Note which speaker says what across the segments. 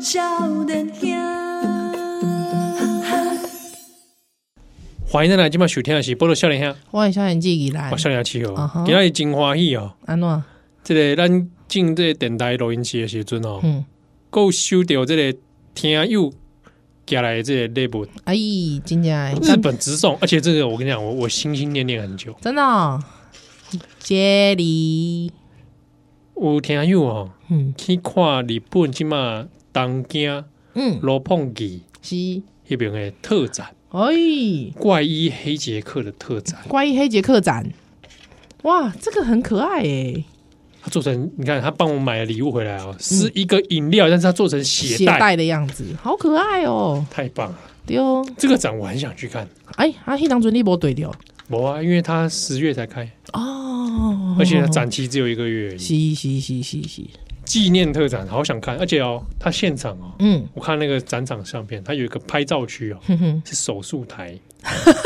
Speaker 1: 少年兄。
Speaker 2: 欢迎咱来今麦收听的是《波罗少年兄》，
Speaker 3: 我的少年记忆来
Speaker 2: 我，少年气候
Speaker 3: 啊哈，
Speaker 2: 今仔日真欢喜哦。
Speaker 3: 安怎？
Speaker 2: 这个咱进这个电台录音室的时阵哦，
Speaker 3: 嗯，
Speaker 2: 够收到这个听友寄来的这个礼物，
Speaker 3: 哎，真正
Speaker 2: 日
Speaker 3: 的
Speaker 2: 本直送，而且这个我跟你讲，我我心心念念很久。
Speaker 3: 真的哦，杰里，
Speaker 2: 有听友哦，
Speaker 3: 嗯
Speaker 2: 去看日本即马东京
Speaker 3: 嗯，
Speaker 2: 罗碰吉
Speaker 3: 是，
Speaker 2: 迄边的特展，
Speaker 3: 哎，
Speaker 2: 怪医黑杰克的特展，
Speaker 3: 怪异黑杰克展，哇，这个很可爱诶，
Speaker 2: 他做成你看他帮我买了礼物回来
Speaker 3: 嗯
Speaker 2: 哦，是一个饮料，但是他做成鞋带，
Speaker 3: 的样子，好可爱哦，
Speaker 2: 太棒了！
Speaker 3: 对哦，
Speaker 2: 这个展我很想去看，
Speaker 3: 哎，啊，迄当阵你无对着
Speaker 2: 我啊，因为他十月才开，
Speaker 3: 哦，
Speaker 2: 而且它展期只有一个月而已，
Speaker 3: 是是是是是，
Speaker 2: 纪念特展好想看，而且哦，他现场哦，
Speaker 3: 嗯，
Speaker 2: 我看那个展场相片，它有一个拍照区哦，
Speaker 3: 哼哼，
Speaker 2: 是手术 台，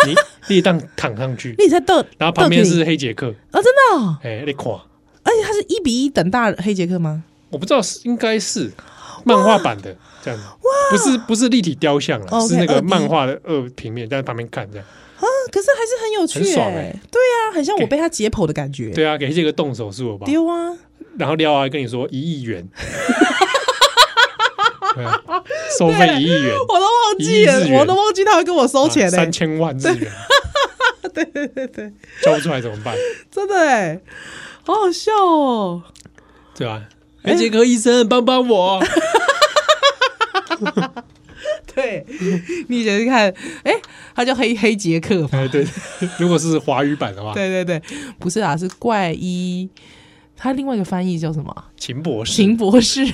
Speaker 2: 你你当躺上去，
Speaker 3: 你在逗，
Speaker 2: 然后旁边
Speaker 3: 倒起
Speaker 2: 是黑杰克，
Speaker 3: 啊，真的哦，
Speaker 2: 哎，你看。
Speaker 3: 而且它是一比一等大黑杰克吗？
Speaker 2: 我不知道是应该是漫画版的这样子，不是不是立体雕像了，
Speaker 3: 哦 OK，
Speaker 2: 是那个
Speaker 3: 二 D
Speaker 2: 漫画的二平面，在旁边看这样。
Speaker 3: 啊可是还是很有趣、
Speaker 2: 很
Speaker 3: 欸，
Speaker 2: 爽欸
Speaker 3: 对啊，很像
Speaker 2: 给
Speaker 3: 我被他解剖的感觉，
Speaker 2: 对啊，给这个动手术了吧，
Speaker 3: 丢啊，
Speaker 2: 然后廖啊跟你说一亿元，对啊收费一亿元，
Speaker 3: 我都忘
Speaker 2: 一亿
Speaker 3: 记
Speaker 2: 日元
Speaker 3: 了，我都忘记他会跟我收钱欸
Speaker 2: 啊
Speaker 3: 嘞、
Speaker 2: 三千万日元，
Speaker 3: 对对对对，
Speaker 2: 交不出来怎么办？
Speaker 3: 真的哎、好好笑 哦、
Speaker 2: 对吧？哎，杰克医生，帮帮我！
Speaker 3: 对，你以前是看，哎、他叫黑黑杰克 嘛，
Speaker 2: 哎，对，如果是华语版的话，
Speaker 3: 对对对，不是啊，是怪医，他另外一个翻译叫什么啊？
Speaker 2: 秦博士
Speaker 3: 秦博士，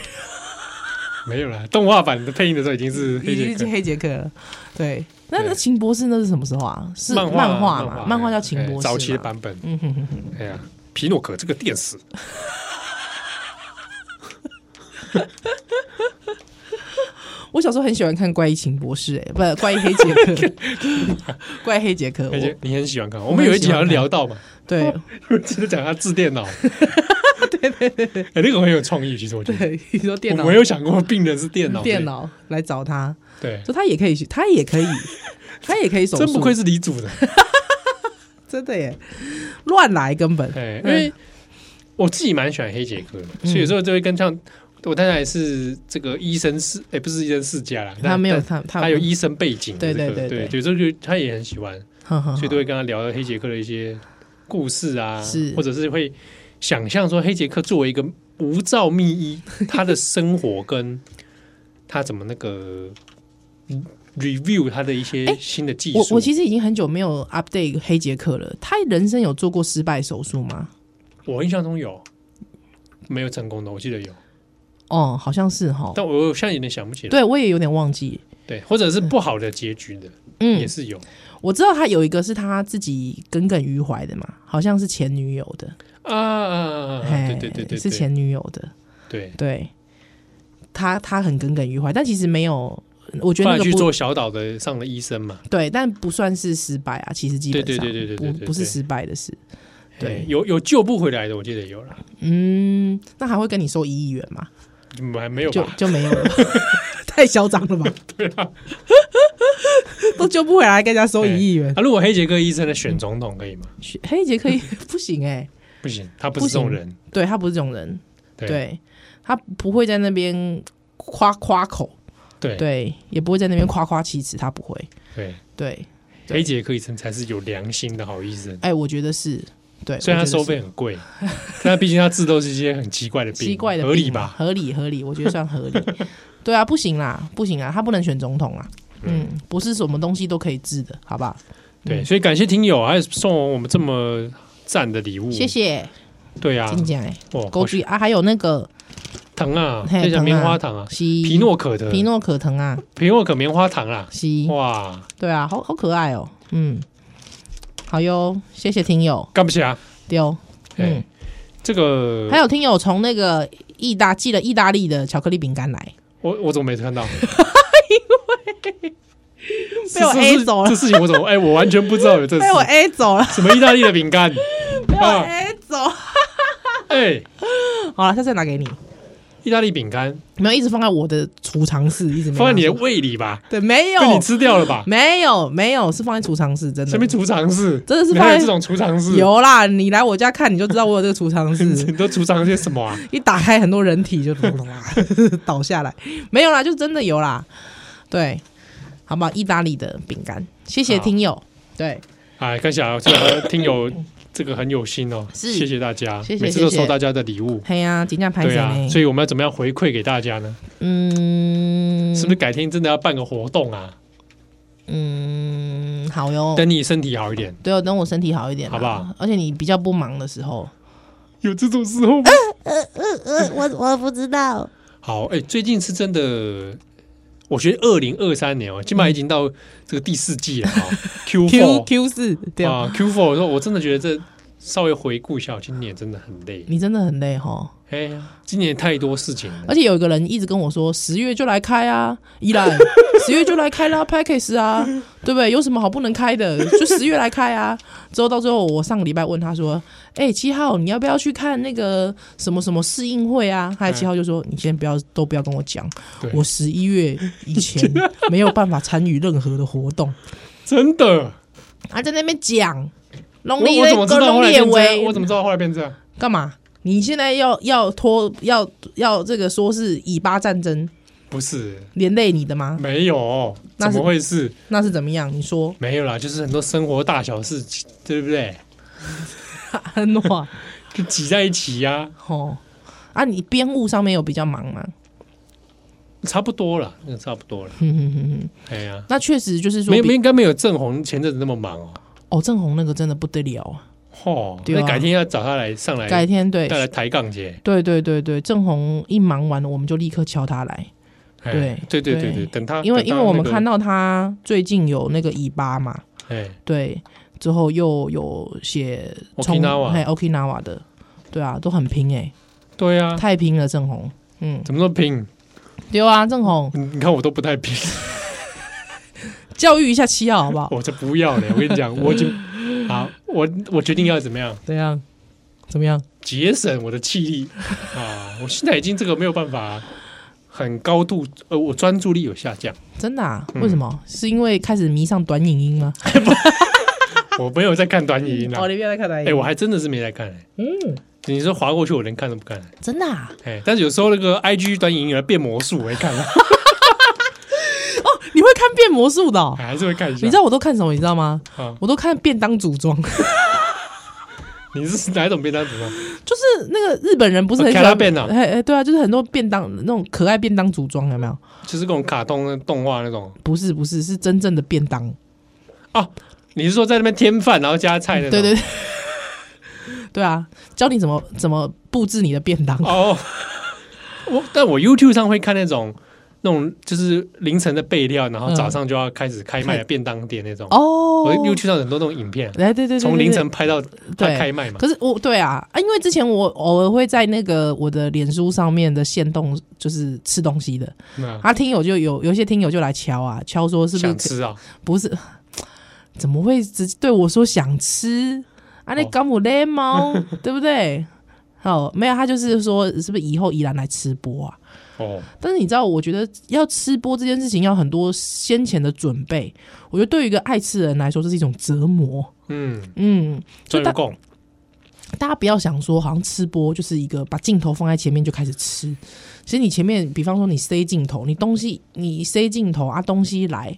Speaker 2: 没有啦，动画版的配音的时候已经是 黑杰
Speaker 3: 已
Speaker 2: 克
Speaker 3: 经，黑杰克了，对。那
Speaker 2: 对
Speaker 3: 那秦博士那是什么时候啊？是
Speaker 2: 漫
Speaker 3: 漫
Speaker 2: 画
Speaker 3: 画嘛？漫画叫秦
Speaker 2: 哎
Speaker 3: 博士嘛，
Speaker 2: 早期的版本。
Speaker 3: 嗯哼哼哼，
Speaker 2: 哎呀，皮诺可这个电死！
Speaker 3: 我小时候很喜欢看《怪医秦博士》，哎，不，《怪医黑杰克》， 《怪医黑杰克》
Speaker 2: 而且
Speaker 3: 我，
Speaker 2: 你很喜欢看，我们有一集好像聊到嘛，
Speaker 3: 对
Speaker 2: 有一集在讲他治电 脑，对对哎对，那个很有创意，其实我觉得。
Speaker 3: 对，你说电
Speaker 2: 我
Speaker 3: 脑
Speaker 2: 没有想过病人是电脑，
Speaker 3: 电脑来找他，
Speaker 2: 对，
Speaker 3: 就他也可以去，他 也可以，他也可以手术，
Speaker 2: 真不愧是李主 的。
Speaker 3: 真的耶，乱来根本，
Speaker 2: 哎，因
Speaker 3: 嗯
Speaker 2: 为我自己蛮喜欢黑杰克的，所以有时候就会跟像我太太是这个医生世，哎，不是医生世家啦，
Speaker 3: 他没有
Speaker 2: 但
Speaker 3: 他他
Speaker 2: 他有医生背景的
Speaker 3: 对
Speaker 2: 这个，
Speaker 3: 对对
Speaker 2: 对，有时候就他也很喜欢，
Speaker 3: 呵呵呵
Speaker 2: 所以都会跟他聊黑杰克的一些故事啊，
Speaker 3: 嗯是
Speaker 2: 或者是会想象说黑杰克作为一个无照秘医，他的生活跟他怎么那个嗯 review 他的一些
Speaker 3: 哎
Speaker 2: 新的技术。
Speaker 3: 我我其实已经很久没有 update 黑杰克了，他人生有做过失败手术吗？
Speaker 2: 我印象中有没有成功的，我记得有，
Speaker 3: 哦，好像是哈，
Speaker 2: 但我现在有点想不起来。
Speaker 3: 对我也有点忘记，
Speaker 2: 对，或者是不好的结局的、
Speaker 3: 嗯
Speaker 2: 也，是有
Speaker 3: 我知道他有一个是他自己耿耿于怀的嘛，好像是前女友的，
Speaker 2: 啊啊啊！啊啊
Speaker 3: 嘿
Speaker 2: 对对对对，
Speaker 3: 是前女友的，
Speaker 2: 对。
Speaker 3: 对，他他很耿耿于怀，但其实没有，我觉
Speaker 2: 后来
Speaker 3: 得那个
Speaker 2: 去
Speaker 3: 不
Speaker 2: 做小岛的上的医生嘛，
Speaker 3: 对，但不算是失败啊，其实基本
Speaker 2: 对
Speaker 3: 上
Speaker 2: 对对对对对对
Speaker 3: 不不是
Speaker 2: 对
Speaker 3: 失败的事，对
Speaker 2: 哎有有救不回来的，我记得有了，
Speaker 3: 嗯，那还会跟你收一亿元吗？
Speaker 2: 还没有吧？
Speaker 3: 就就没有了吧， 太嚣张了吧？ 对啊，都救不回来，跟人家收一亿元，
Speaker 2: 啊，如果黑杰克医生的选总统可以吗？
Speaker 3: 黑杰克也 不行哎、
Speaker 2: 不行，他不是这种人。
Speaker 3: 对他不是这种人，
Speaker 2: 对
Speaker 3: 对他不会在那边夸夸口，
Speaker 2: 对对
Speaker 3: 对，也不会在那边夸夸其词，他不会，对，对
Speaker 2: 黑杰克医生才是有良心的好医生。
Speaker 3: 哎、我觉得是。对，
Speaker 2: 虽然
Speaker 3: 我
Speaker 2: 他
Speaker 3: 觉
Speaker 2: 收
Speaker 3: 得是
Speaker 2: 费很贵， 但毕竟他治都是一些很奇怪的病，
Speaker 3: 奇怪的
Speaker 2: 合理
Speaker 3: 病嘛
Speaker 2: 吧？
Speaker 3: 合理合理，我觉得算合理。 对啊，不行啦，不行啊，他不能选总统啊。嗯，不是什么东西都可以治的，好吧？
Speaker 2: 嗯对，所以感谢听友，啊还有送我们这么赞的礼物，
Speaker 3: 谢。谢
Speaker 2: 对啊，
Speaker 3: 金姐哎，
Speaker 2: 哦，
Speaker 3: 狗
Speaker 2: 好
Speaker 3: 剧啊，还有那个
Speaker 2: 糖啊，
Speaker 3: 嘿
Speaker 2: 这叫
Speaker 3: 糖啊
Speaker 2: 棉花糖啊，
Speaker 3: 西
Speaker 2: 皮诺可的
Speaker 3: 皮诺可疼啊，
Speaker 2: 皮诺可棉花糖啦，
Speaker 3: 西
Speaker 2: 哇，
Speaker 3: 对啊，好好可爱哦，嗯，好哟，谢谢听友
Speaker 2: 干不起啊！
Speaker 3: 丢，
Speaker 2: 哎
Speaker 3: 嗯，，
Speaker 2: 这个
Speaker 3: 还有听友从那个意大寄了意大利的巧克力饼干来，
Speaker 2: 我我怎么没看到？
Speaker 3: 被我
Speaker 2: 这这
Speaker 3: A 走了
Speaker 2: 这事情我怎么哎，我完全不知道有这事
Speaker 3: 被。我 A 走了，
Speaker 2: 什么意大利的饼干？
Speaker 3: 被我
Speaker 2: 啊
Speaker 3: A 走，
Speaker 2: 哎，
Speaker 3: 好了，下次拿给你，
Speaker 2: 意大利饼干
Speaker 3: 没有一直放在我的储藏室，一直没
Speaker 2: 放在你的
Speaker 3: 拿出
Speaker 2: 胃里吧，
Speaker 3: 对，没有
Speaker 2: 被你吃掉了 吧？
Speaker 3: 没有没有是放在储藏室，真
Speaker 2: 什么
Speaker 3: 的
Speaker 2: 储藏室？
Speaker 3: 真的是
Speaker 2: 你还
Speaker 3: 放
Speaker 2: 有
Speaker 3: 在
Speaker 2: 这种储藏室？
Speaker 3: 有啦，你来我家看你就知道我有这个储藏室
Speaker 2: 你，都储藏些什么啊？
Speaker 3: 一打开很多人体就咚咚啦 倒下来，没有啦，就真的有啦，对，好不好？意大利的饼干，谢谢
Speaker 2: 好
Speaker 3: 听友，对，
Speaker 2: 哎，看起来这个听友这个很有心哦，
Speaker 3: 是
Speaker 2: 谢谢大家，
Speaker 3: 谢谢
Speaker 2: 每次都
Speaker 3: 谢谢
Speaker 2: 收大家的礼物。
Speaker 3: 嘿呀、啊，金价拍
Speaker 2: 对
Speaker 3: 谁
Speaker 2: 啊，
Speaker 3: 呢？
Speaker 2: 所以我们要怎么样回馈给大家呢？
Speaker 3: 嗯，
Speaker 2: 是不是改天真的要办个活动啊？
Speaker 3: 嗯，好哟。
Speaker 2: 等你身体好一 点，
Speaker 3: 对哦，等我身体好一点啦，
Speaker 2: 好不好
Speaker 3: 而且你比较不忙的时候，
Speaker 2: 有这种时候吗？
Speaker 1: 呃，我我不知道。
Speaker 2: 好，哎、最近是真的，我觉得二零二三年哦，起码已经到这个第四季了 啊、q
Speaker 3: Q
Speaker 2: four
Speaker 3: Q 四，对啊，
Speaker 2: 啊，Q four，我说我真的觉得这稍微回顾一下，今年真的很累，
Speaker 3: 你真的很累哈。
Speaker 2: 哎呀，今年太多事情了
Speaker 3: 而。且有一个人一直跟我说，十月就来开啊，依然十月就来开啦 p a c k a g e 啊，对不对？有什么好不能开的？就十月来开啊。之后到最后，我上个礼拜问他说，哎、七号你要不要去看那个什么什么试映会啊？还有七号就说，你先不要，都不要跟我讲
Speaker 2: 对，
Speaker 3: 我十一月以前没有办法参与任何的活动。
Speaker 2: 真的，
Speaker 3: 还在那边讲，
Speaker 2: 我
Speaker 3: 龙
Speaker 2: 我
Speaker 3: 列
Speaker 2: 怎么知道后
Speaker 3: 龙
Speaker 2: 来
Speaker 3: 列
Speaker 2: 变这样？我
Speaker 3: 为
Speaker 2: 怎么知道后来变这样？
Speaker 3: 干嘛？你现在要要拖要要这个说是以巴战争
Speaker 2: 不是，
Speaker 3: 连累你的吗？
Speaker 2: 没有，
Speaker 3: 那
Speaker 2: 怎
Speaker 3: 是
Speaker 2: 么会是？
Speaker 3: 那是怎么样？你 说
Speaker 2: 没有啦，就是很多生活大小事，对不对？
Speaker 3: 安诺
Speaker 2: 就挤在一起呀、
Speaker 3: 哦啊，你编务上面有比较忙吗？
Speaker 2: 差不多了，那差不多了。
Speaker 3: 哼哼哼哼，
Speaker 2: 哎呀、
Speaker 3: 那确实就是说
Speaker 2: 没
Speaker 3: 比，
Speaker 2: 没应该没有郑红前阵子那么忙哦。
Speaker 3: 哦，郑红那个真的不得了啊！
Speaker 2: 哦，
Speaker 3: 对啊
Speaker 2: 那改天要找他来上来，
Speaker 3: 改天对
Speaker 2: 再来抬杠去。
Speaker 3: 对对对对，郑红一忙完了，我们就立刻敲他来，
Speaker 2: 哎
Speaker 3: 对
Speaker 2: 对对对
Speaker 3: 对
Speaker 2: 对，等他，
Speaker 3: 因为因为我们看
Speaker 2: 到，
Speaker 3: 啊到他最近有那个以巴嘛，
Speaker 2: 哎，
Speaker 3: 对，之后又有写冲
Speaker 2: Okinawa
Speaker 3: 嘿 Okinawa 的，对啊，都很拼哎、
Speaker 2: 对啊，
Speaker 3: 太拼了郑红，嗯，
Speaker 2: 怎么说拼？
Speaker 3: 对啊，郑红
Speaker 2: 你你看我都不太 拼，
Speaker 3: 教育一下七号好不好？
Speaker 2: 我才不要嘞！我跟你讲，我已经好，我我决定要怎么样
Speaker 3: 怎样？怎么样？
Speaker 2: 节省我的气力啊！我现在已经这个没有办法，很高度呃，我专注力有下降。
Speaker 3: 真的啊？
Speaker 2: 嗯
Speaker 3: 为什么？是因为开始迷上短影 音吗？
Speaker 2: 我没有在看短影 音啊，
Speaker 3: 哦你不要再看短
Speaker 2: 哎、我还真的是没在看、欸。
Speaker 3: 嗯，
Speaker 2: 你说划过去，我连看都不看、欸。
Speaker 3: 真的啊？
Speaker 2: 哎、但是有时候那个 I G 短影音来变魔术，我会看、
Speaker 3: 你会看变魔术的哦、
Speaker 2: 还是会看一下。
Speaker 3: 你知道我都看什么？你知道吗？
Speaker 2: 啊？
Speaker 3: 我都看便当组装，
Speaker 2: 你是哪一种便当组装？啊
Speaker 3: 就是那个日本人不是很喜
Speaker 2: 哦
Speaker 3: 欢
Speaker 2: ，Kara 便当
Speaker 3: 哎哎，对啊，就是很多便当那种可爱便当组装，有没有？
Speaker 2: 就是那种卡通的动画那种。
Speaker 3: 不是不是，是真正的便当。
Speaker 2: 你是说在那边添饭然后加菜那种？
Speaker 3: 对对对，对 啊，教你怎么怎么布置你的便 当。
Speaker 2: 哦，我但我 YouTube 上会看那种那种就是凌晨的备料，然后
Speaker 3: 嗯
Speaker 2: 早上就要开始开卖的便当店那种。
Speaker 3: 哦，
Speaker 2: 我 YouTube 上很多那种影片，
Speaker 3: 哎对对对，
Speaker 2: 从
Speaker 3: 对
Speaker 2: 凌晨拍到它
Speaker 3: 对
Speaker 2: 开卖嘛。
Speaker 3: 可是我对啊啊，因为之前我偶尔会在那个我的脸书上面的限动，就是吃东西的，
Speaker 2: 那
Speaker 3: 啊，听友就有有一些听友就来敲啊，敲说是不
Speaker 2: 嗯
Speaker 3: 是
Speaker 2: 想
Speaker 3: 可
Speaker 2: 吃啊？
Speaker 3: 不是？怎么会直接对我说想吃？啊，那
Speaker 2: 哦
Speaker 3: 高姆 勒猫，对不对？哦，没有，他就是说，是不是以后宜兰来吃播啊？
Speaker 2: 哦，
Speaker 3: 但是你知道，我觉得要吃播这件事情要很多先前的准备。我觉得对于一个爱吃的人来说，这是一种折磨。
Speaker 2: 嗯，
Speaker 3: 嗯，就
Speaker 2: 专
Speaker 3: 大
Speaker 2: 供哎
Speaker 3: 大家不要想说，好像吃播就是一个把镜头放在前面就开始吃。其实你前面，比方说你塞镜头，你东西你塞镜头啊，东西来，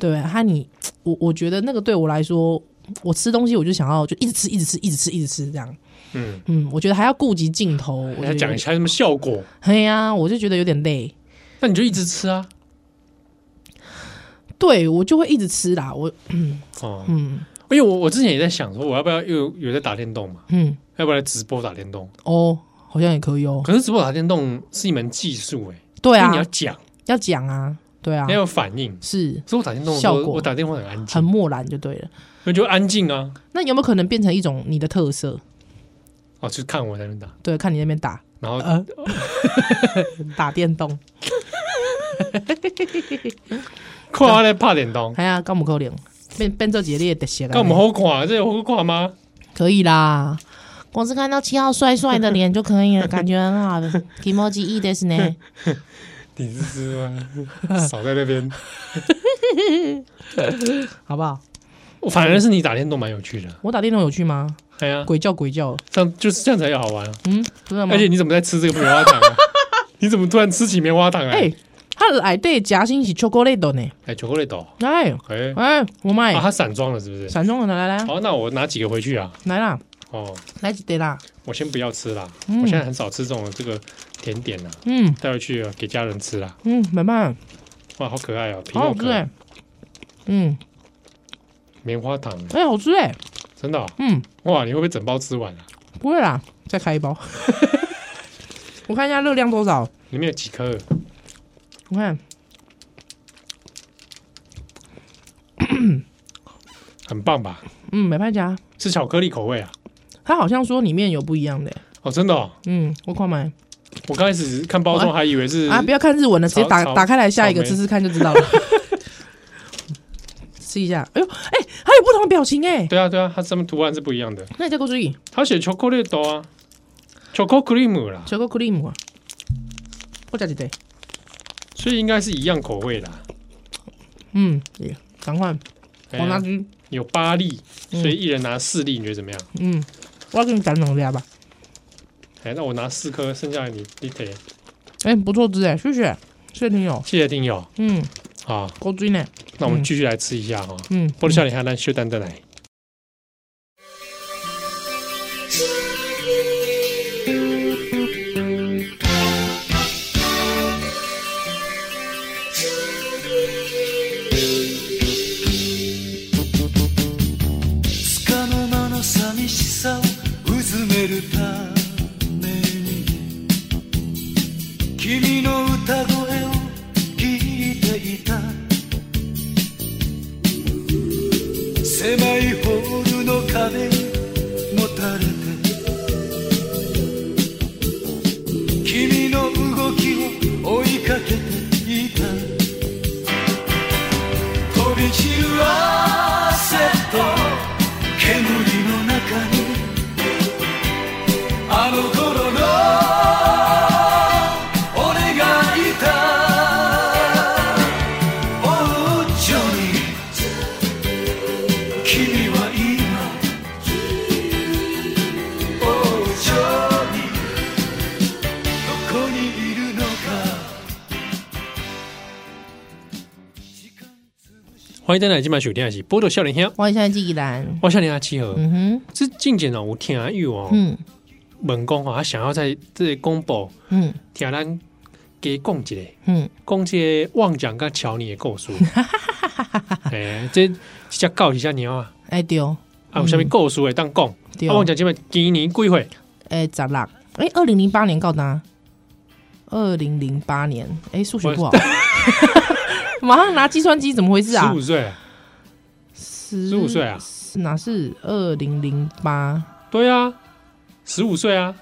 Speaker 3: 对不对？他你我我觉得那个对我来说，我吃东西我就想要就一直吃，一直吃，一直吃，一直吃这样。
Speaker 2: 嗯，
Speaker 3: 嗯，我觉得还要顾及镜头，我
Speaker 2: 你
Speaker 3: 觉
Speaker 2: 还
Speaker 3: 得
Speaker 2: 讲一下什么效果？
Speaker 3: 嘿呀、我就觉得有点累。
Speaker 2: 那你就一直吃啊。
Speaker 3: 对我就会一直吃啦，我
Speaker 2: 哦，
Speaker 3: 嗯
Speaker 2: 因为我我之前也在想说，我要不要又有在打电动嘛？
Speaker 3: 嗯。
Speaker 2: 要不要来直播打电动？
Speaker 3: 哦，好像也可以哦。
Speaker 2: 可是直播打电动是一门技术哎、
Speaker 3: 对
Speaker 2: 因为
Speaker 3: 啊
Speaker 2: 你要，讲，
Speaker 3: 要讲啊，对啊
Speaker 2: 你，要有反应。
Speaker 3: 是
Speaker 2: 所以我打电动的时候，
Speaker 3: 效果
Speaker 2: 我打电话很安静，
Speaker 3: 很漠然就对了。
Speaker 2: 我就安静啊。
Speaker 3: 那有没有可能变成一种你的特色？
Speaker 2: 哦，就看我在那边打，
Speaker 3: 对，看你那边打
Speaker 2: 然后
Speaker 3: 呃 打电动，
Speaker 2: 跨在怕点动，
Speaker 3: 哎呀，高姆扣脸变变做几列的特色啦
Speaker 2: 啊看我们好看，这有好看吗？
Speaker 3: 可以啦。光是看到七号帅帅的脸就可以了，感觉很好的。 提莫吉伊的是呢，
Speaker 2: 你是知 吗？少在那边，
Speaker 3: 好不好？
Speaker 2: 反而是你打电动蛮有趣的。
Speaker 3: 我打电动有趣吗？
Speaker 2: 哎呀，
Speaker 3: 鬼叫鬼叫，
Speaker 2: 这样就是这样才有好玩啊！
Speaker 3: 嗯，真的吗？
Speaker 2: 而且你怎么在吃这个棉花 糖啊？你怎么突然吃起棉花糖来？
Speaker 3: 哎，它的奶对夹心是 chocolate 呢，
Speaker 2: 哎，巧克力豆，
Speaker 3: 哎
Speaker 2: 哎，
Speaker 3: 哎，我买
Speaker 2: 啊，它散装了是不是？
Speaker 3: 闪中了，来来来
Speaker 2: 好，那我拿几个回去啊？
Speaker 3: 来啦，
Speaker 2: 哦，
Speaker 3: 来几碟啦，
Speaker 2: 我先不要吃啦，
Speaker 3: 嗯
Speaker 2: 我现在很少吃这种这个甜点啦，
Speaker 3: 嗯
Speaker 2: 带回去啊给家人吃啦。
Speaker 3: 嗯，慢慢，
Speaker 2: 哇，好可爱哦，皮
Speaker 3: 好
Speaker 2: 诺
Speaker 3: 好吃
Speaker 2: 可
Speaker 3: 哎，嗯，
Speaker 2: 棉花糖，
Speaker 3: 哎，好吃哎，
Speaker 2: 真的哦
Speaker 3: 嗯，
Speaker 2: 哇，你会不会整包吃完啊？
Speaker 3: 不会啦，再开一包， 我看一下热量多少，
Speaker 2: 里面有几颗？
Speaker 3: 我看
Speaker 2: 很棒吧？
Speaker 3: 嗯，美派夹，
Speaker 2: 是巧克力口味啊？
Speaker 3: 它好像说里面有不一样的、
Speaker 2: 哦，真的哦，
Speaker 3: 嗯，我快买
Speaker 2: 我刚开始看包装还以为是
Speaker 3: 啊！不要看日文了，直接打
Speaker 2: 草
Speaker 3: 打开来下一个
Speaker 2: 草莓
Speaker 3: 吃吃看就知道了。 试一下，哎呦，哎、它有不同的表情哎、
Speaker 2: 对啊，对啊，它上面图案是不一样的。
Speaker 3: 那你再给我注意，
Speaker 2: 它写巧克力豆啊，巧克力 cream 啦，
Speaker 3: 巧克力 cream 啊，我加几对，
Speaker 2: 所以应该是一样口味啦。
Speaker 3: 嗯，对赶快
Speaker 2: 哎
Speaker 3: 黄
Speaker 2: 呀
Speaker 3: 拿去，
Speaker 2: 有八粒，
Speaker 3: 哦嗯
Speaker 2: 所以一人拿四粒，你觉得怎么样？
Speaker 3: 嗯，我要给你攒两啊家吧，
Speaker 2: 哎，那我拿四颗，剩下的你你得
Speaker 3: 哎、不错吃哎、谢谢，谢谢听友，
Speaker 2: 谢谢听友
Speaker 3: 嗯，
Speaker 2: 啊。
Speaker 3: 够追呢，
Speaker 2: 那我们继续来吃一下哈、
Speaker 3: 嗯，
Speaker 2: 波多少年还能秀丹的奶，
Speaker 4: つかの間の寂しさをうずめるために君の歌声を聞いていた狭いホールの壁にもたれて君の動きを追いかけていた飛び散る汗と煙の中にあの頃の俺がいた Oh Johnny 君は今 Oh Johnny どこにいるのか時間
Speaker 2: 欢迎登来今晚收听的是波多少年兄，
Speaker 3: 欢迎现在记忆兰，
Speaker 2: 我少年阿七和，
Speaker 3: 嗯哼，
Speaker 2: 这近前哦，有听友哦，
Speaker 3: 嗯
Speaker 2: 问讲哦，他想要在这里公布
Speaker 3: 嗯
Speaker 2: 听咱给讲一下。
Speaker 3: 嗯，
Speaker 2: 讲这个妄讲跟乔尼的故 事，哎、这一只狗一只猫啊，
Speaker 3: 哎、对哦
Speaker 2: 啊，有啥物故事会当讲？啊，
Speaker 3: 对哦。
Speaker 2: 妄讲即摆今年几岁？
Speaker 3: 哎，十六，哎，二零零八年告达，二零零八年，哎，数学不好， 马上拿计算机，怎么回事啊
Speaker 2: 十五？岁啊，
Speaker 3: 十
Speaker 2: 15岁啊
Speaker 3: 是哪是二零零八？
Speaker 2: 对啊，十五岁啊，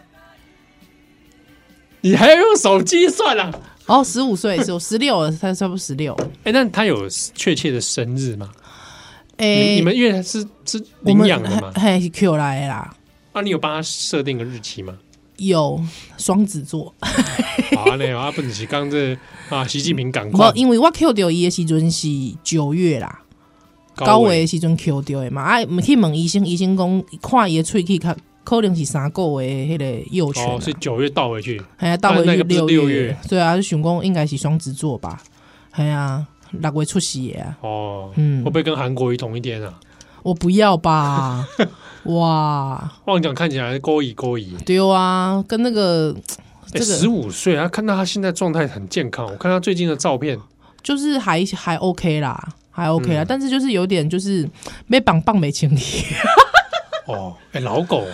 Speaker 2: 你还要用手机算啦、啊？
Speaker 3: 哦，十五岁，是十六了，他差不多十六。
Speaker 2: 哎、那他有确切的生日吗？你
Speaker 3: 哎
Speaker 2: 你，们因为他是是
Speaker 3: 我
Speaker 2: 领
Speaker 3: 们
Speaker 2: 养的嘛？
Speaker 3: 嘿嘿，Q 来的啦，
Speaker 2: 啊，你有帮他设定个日期 吗？
Speaker 3: 有双子座，
Speaker 2: 好啊，那啊，不只是刚这啊，习近平赶快
Speaker 3: 我因为我 Q 掉伊的时阵是九月啦，高
Speaker 2: 伟
Speaker 3: 位的时阵 Q 掉的嘛，啊，毋去问医生，医生讲看伊的喙齿较可能是三个月的迄个幼犬、啊
Speaker 2: 哦，所以九月倒回去，
Speaker 3: 哎呀，倒回
Speaker 2: 啊那
Speaker 3: 去
Speaker 2: 个不是
Speaker 3: 六
Speaker 2: 六月
Speaker 3: 对啊，就想讲应该是双子座吧，哎呀，六月出世的啊，
Speaker 2: 哦，
Speaker 3: 嗯
Speaker 2: 会不会跟韩国瑜同一天啊？
Speaker 3: 我不 要吧，哇，
Speaker 2: 妄讲看起来勾引勾引，
Speaker 3: 对啊，跟那个这
Speaker 2: 十
Speaker 3: 个
Speaker 2: 五岁啊，看到他现在状态很健康，我看他最近的照 片，
Speaker 3: 哦就是还还 OK 啦，还 OK
Speaker 2: 嗯
Speaker 3: 啦，但是就是有点就是没绑棒没清理，
Speaker 2: 哦，哎、老狗，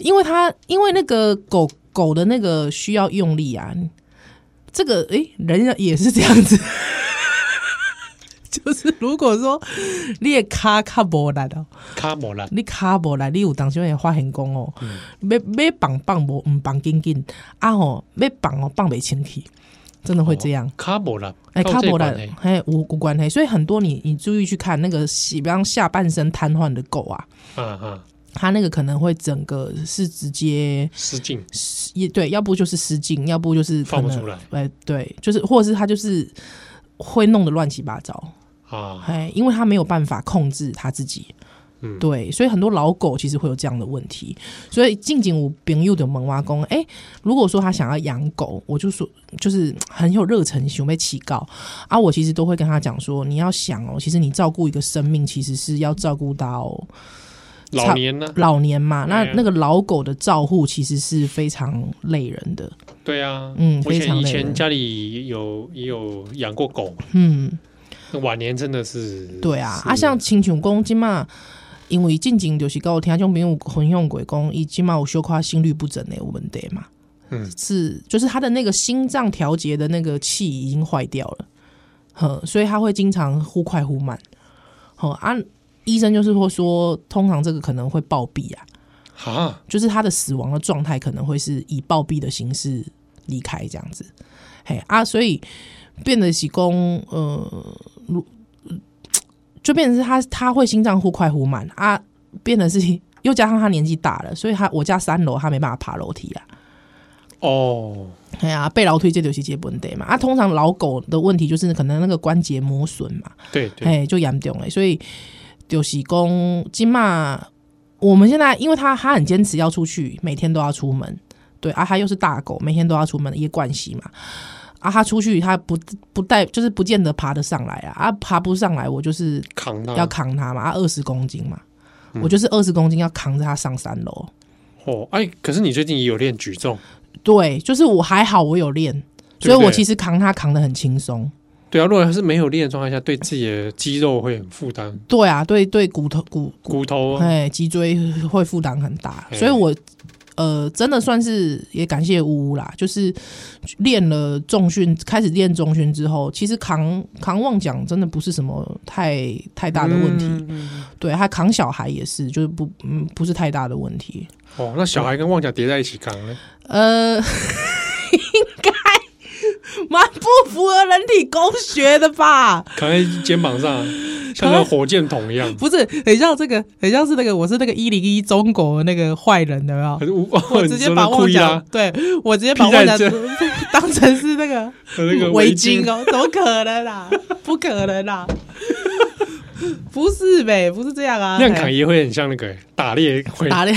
Speaker 3: 因为它因为那个狗狗的那个需要用力啊，这个诶，人也是这样子。 就是如果说你的卡卡无力哦，
Speaker 2: 卡莫兰，
Speaker 3: 你骹无力，你有当时会发现讲哦，
Speaker 2: 嗯
Speaker 3: 要要放放无，毋放紧紧，啊吼，要放哦放袂清气，真的会这样。
Speaker 2: 卡莫兰，
Speaker 3: 哎，
Speaker 2: 哦靠
Speaker 3: 卡
Speaker 2: 这
Speaker 3: 博
Speaker 2: 款
Speaker 3: 兰
Speaker 2: 欸，
Speaker 3: 哎，无无关系，所以很多你你注意去看那个，比方下半身瘫痪的狗啊，
Speaker 2: 啊啊，
Speaker 3: 他那个可能会整个是直接
Speaker 2: 失禁，
Speaker 3: 也对，要不就是失禁，要不就是可
Speaker 2: 放不
Speaker 3: 能
Speaker 2: 出来
Speaker 3: 哎，对，就是或者是他就是会弄得乱七八糟，
Speaker 2: 啊，
Speaker 3: 哎，因为他没有办法控制他自己。
Speaker 2: 嗯
Speaker 3: 对，所以很多老狗其实会有这样的问题，所以近景我朋友的萌娃公，哎、如果说他想要养狗，我就说就是很有热忱，想被起告啊，我其实都会跟他讲说，你要想哦，其实你照顾一个生命，其实是要照顾到
Speaker 2: 老
Speaker 3: 差
Speaker 2: 年呢？
Speaker 3: 老年嘛，那
Speaker 2: 对啊
Speaker 3: 那个老狗的照护其实是非常累人的，
Speaker 2: 对啊，
Speaker 3: 嗯
Speaker 2: 我以
Speaker 3: 非
Speaker 2: 前
Speaker 3: 常
Speaker 2: 以
Speaker 3: 累
Speaker 2: 前
Speaker 3: 人
Speaker 2: 家里有也有养过狗嘛，
Speaker 3: 嗯。
Speaker 2: 那晚年真的是，
Speaker 3: 对啊，
Speaker 2: 是
Speaker 3: 啊，像亲像讲即嘛，因为进前就是跟我听种朋友分享过讲，伊即嘛有小可心律不整的有问题嘛，
Speaker 2: 嗯
Speaker 3: 是就是他的那个心脏调节的那个气已经坏掉了，哼，所以他会经常忽快忽慢，哼啊，医生就是会说，通常这个可能会暴毙啊，
Speaker 2: 啊，
Speaker 3: 就是他的死亡的状态可能会是以暴毙的形式离开这样子，嘿啊，所以变得是公呃，如就变成是他他会心脏忽快忽慢啊，变得是又加上他年纪大了，所以他我家三楼他没办法爬楼梯啊，
Speaker 2: 哦，
Speaker 3: 哎呀、被老推这就是这个问题嘛啊，通常老狗的问题就是可能那个关节磨损嘛，
Speaker 2: 对对，
Speaker 3: 哎，就严重了，所以就是讲今嘛，我们现在因为他他很坚持要出去，每天都要出门，对啊，他又是大狗，每天都要出门，也惯习嘛。啊，他出去他不不带，就是不见得爬得上来啊，啊，爬不上来，我就是
Speaker 2: 扛它
Speaker 3: 要扛他嘛，啊，二十公斤嘛，
Speaker 2: 嗯
Speaker 3: 我就是二十公斤要扛着他上三楼。
Speaker 2: 哦，哎，可是你最近也有练举重，
Speaker 3: 对，就是我还好，我有练，
Speaker 2: 对
Speaker 3: 所
Speaker 2: 不
Speaker 3: 以我
Speaker 2: 对
Speaker 3: 其实扛他扛得很轻松。
Speaker 2: 对啊，如果是没有练的状态下，对自己的肌肉会很负担，
Speaker 3: 对啊，对对，骨头骨
Speaker 2: 骨头啊
Speaker 3: 哎，脊椎会负担很大，
Speaker 2: 哎
Speaker 3: 所以我呃真的算是也感谢呜呜啦，就是练了重训，开始练重训之后，其实扛扛妄讲真的不是什么太太大的问题，
Speaker 2: 嗯嗯嗯
Speaker 3: 对，还扛小孩也是，就是不嗯不是太大的问题，
Speaker 2: 哦，那小孩跟旺角叠在一起扛呢？
Speaker 3: 呃， 应该蛮不符合人体工学的吧。
Speaker 2: 扛在肩膀 上，像那个火箭筒一样。
Speaker 3: 不是很像这个，很像是那个，我是那个一零一中国那个坏人的有
Speaker 2: 还？是我
Speaker 3: 我直接把
Speaker 2: 裤
Speaker 3: 旺
Speaker 2: 衣
Speaker 3: 角
Speaker 2: 啦，，
Speaker 3: 对我直接把
Speaker 2: 披在
Speaker 3: 旺角
Speaker 2: 这
Speaker 3: 当成是那个
Speaker 2: 和 那个
Speaker 3: 围
Speaker 2: 巾
Speaker 3: 巾哦，怎么可能啦？ 不可能啦！ 不是呗，不是这样啊，
Speaker 2: 那样扛也会很像那个打猎会
Speaker 3: 嘿，打猎，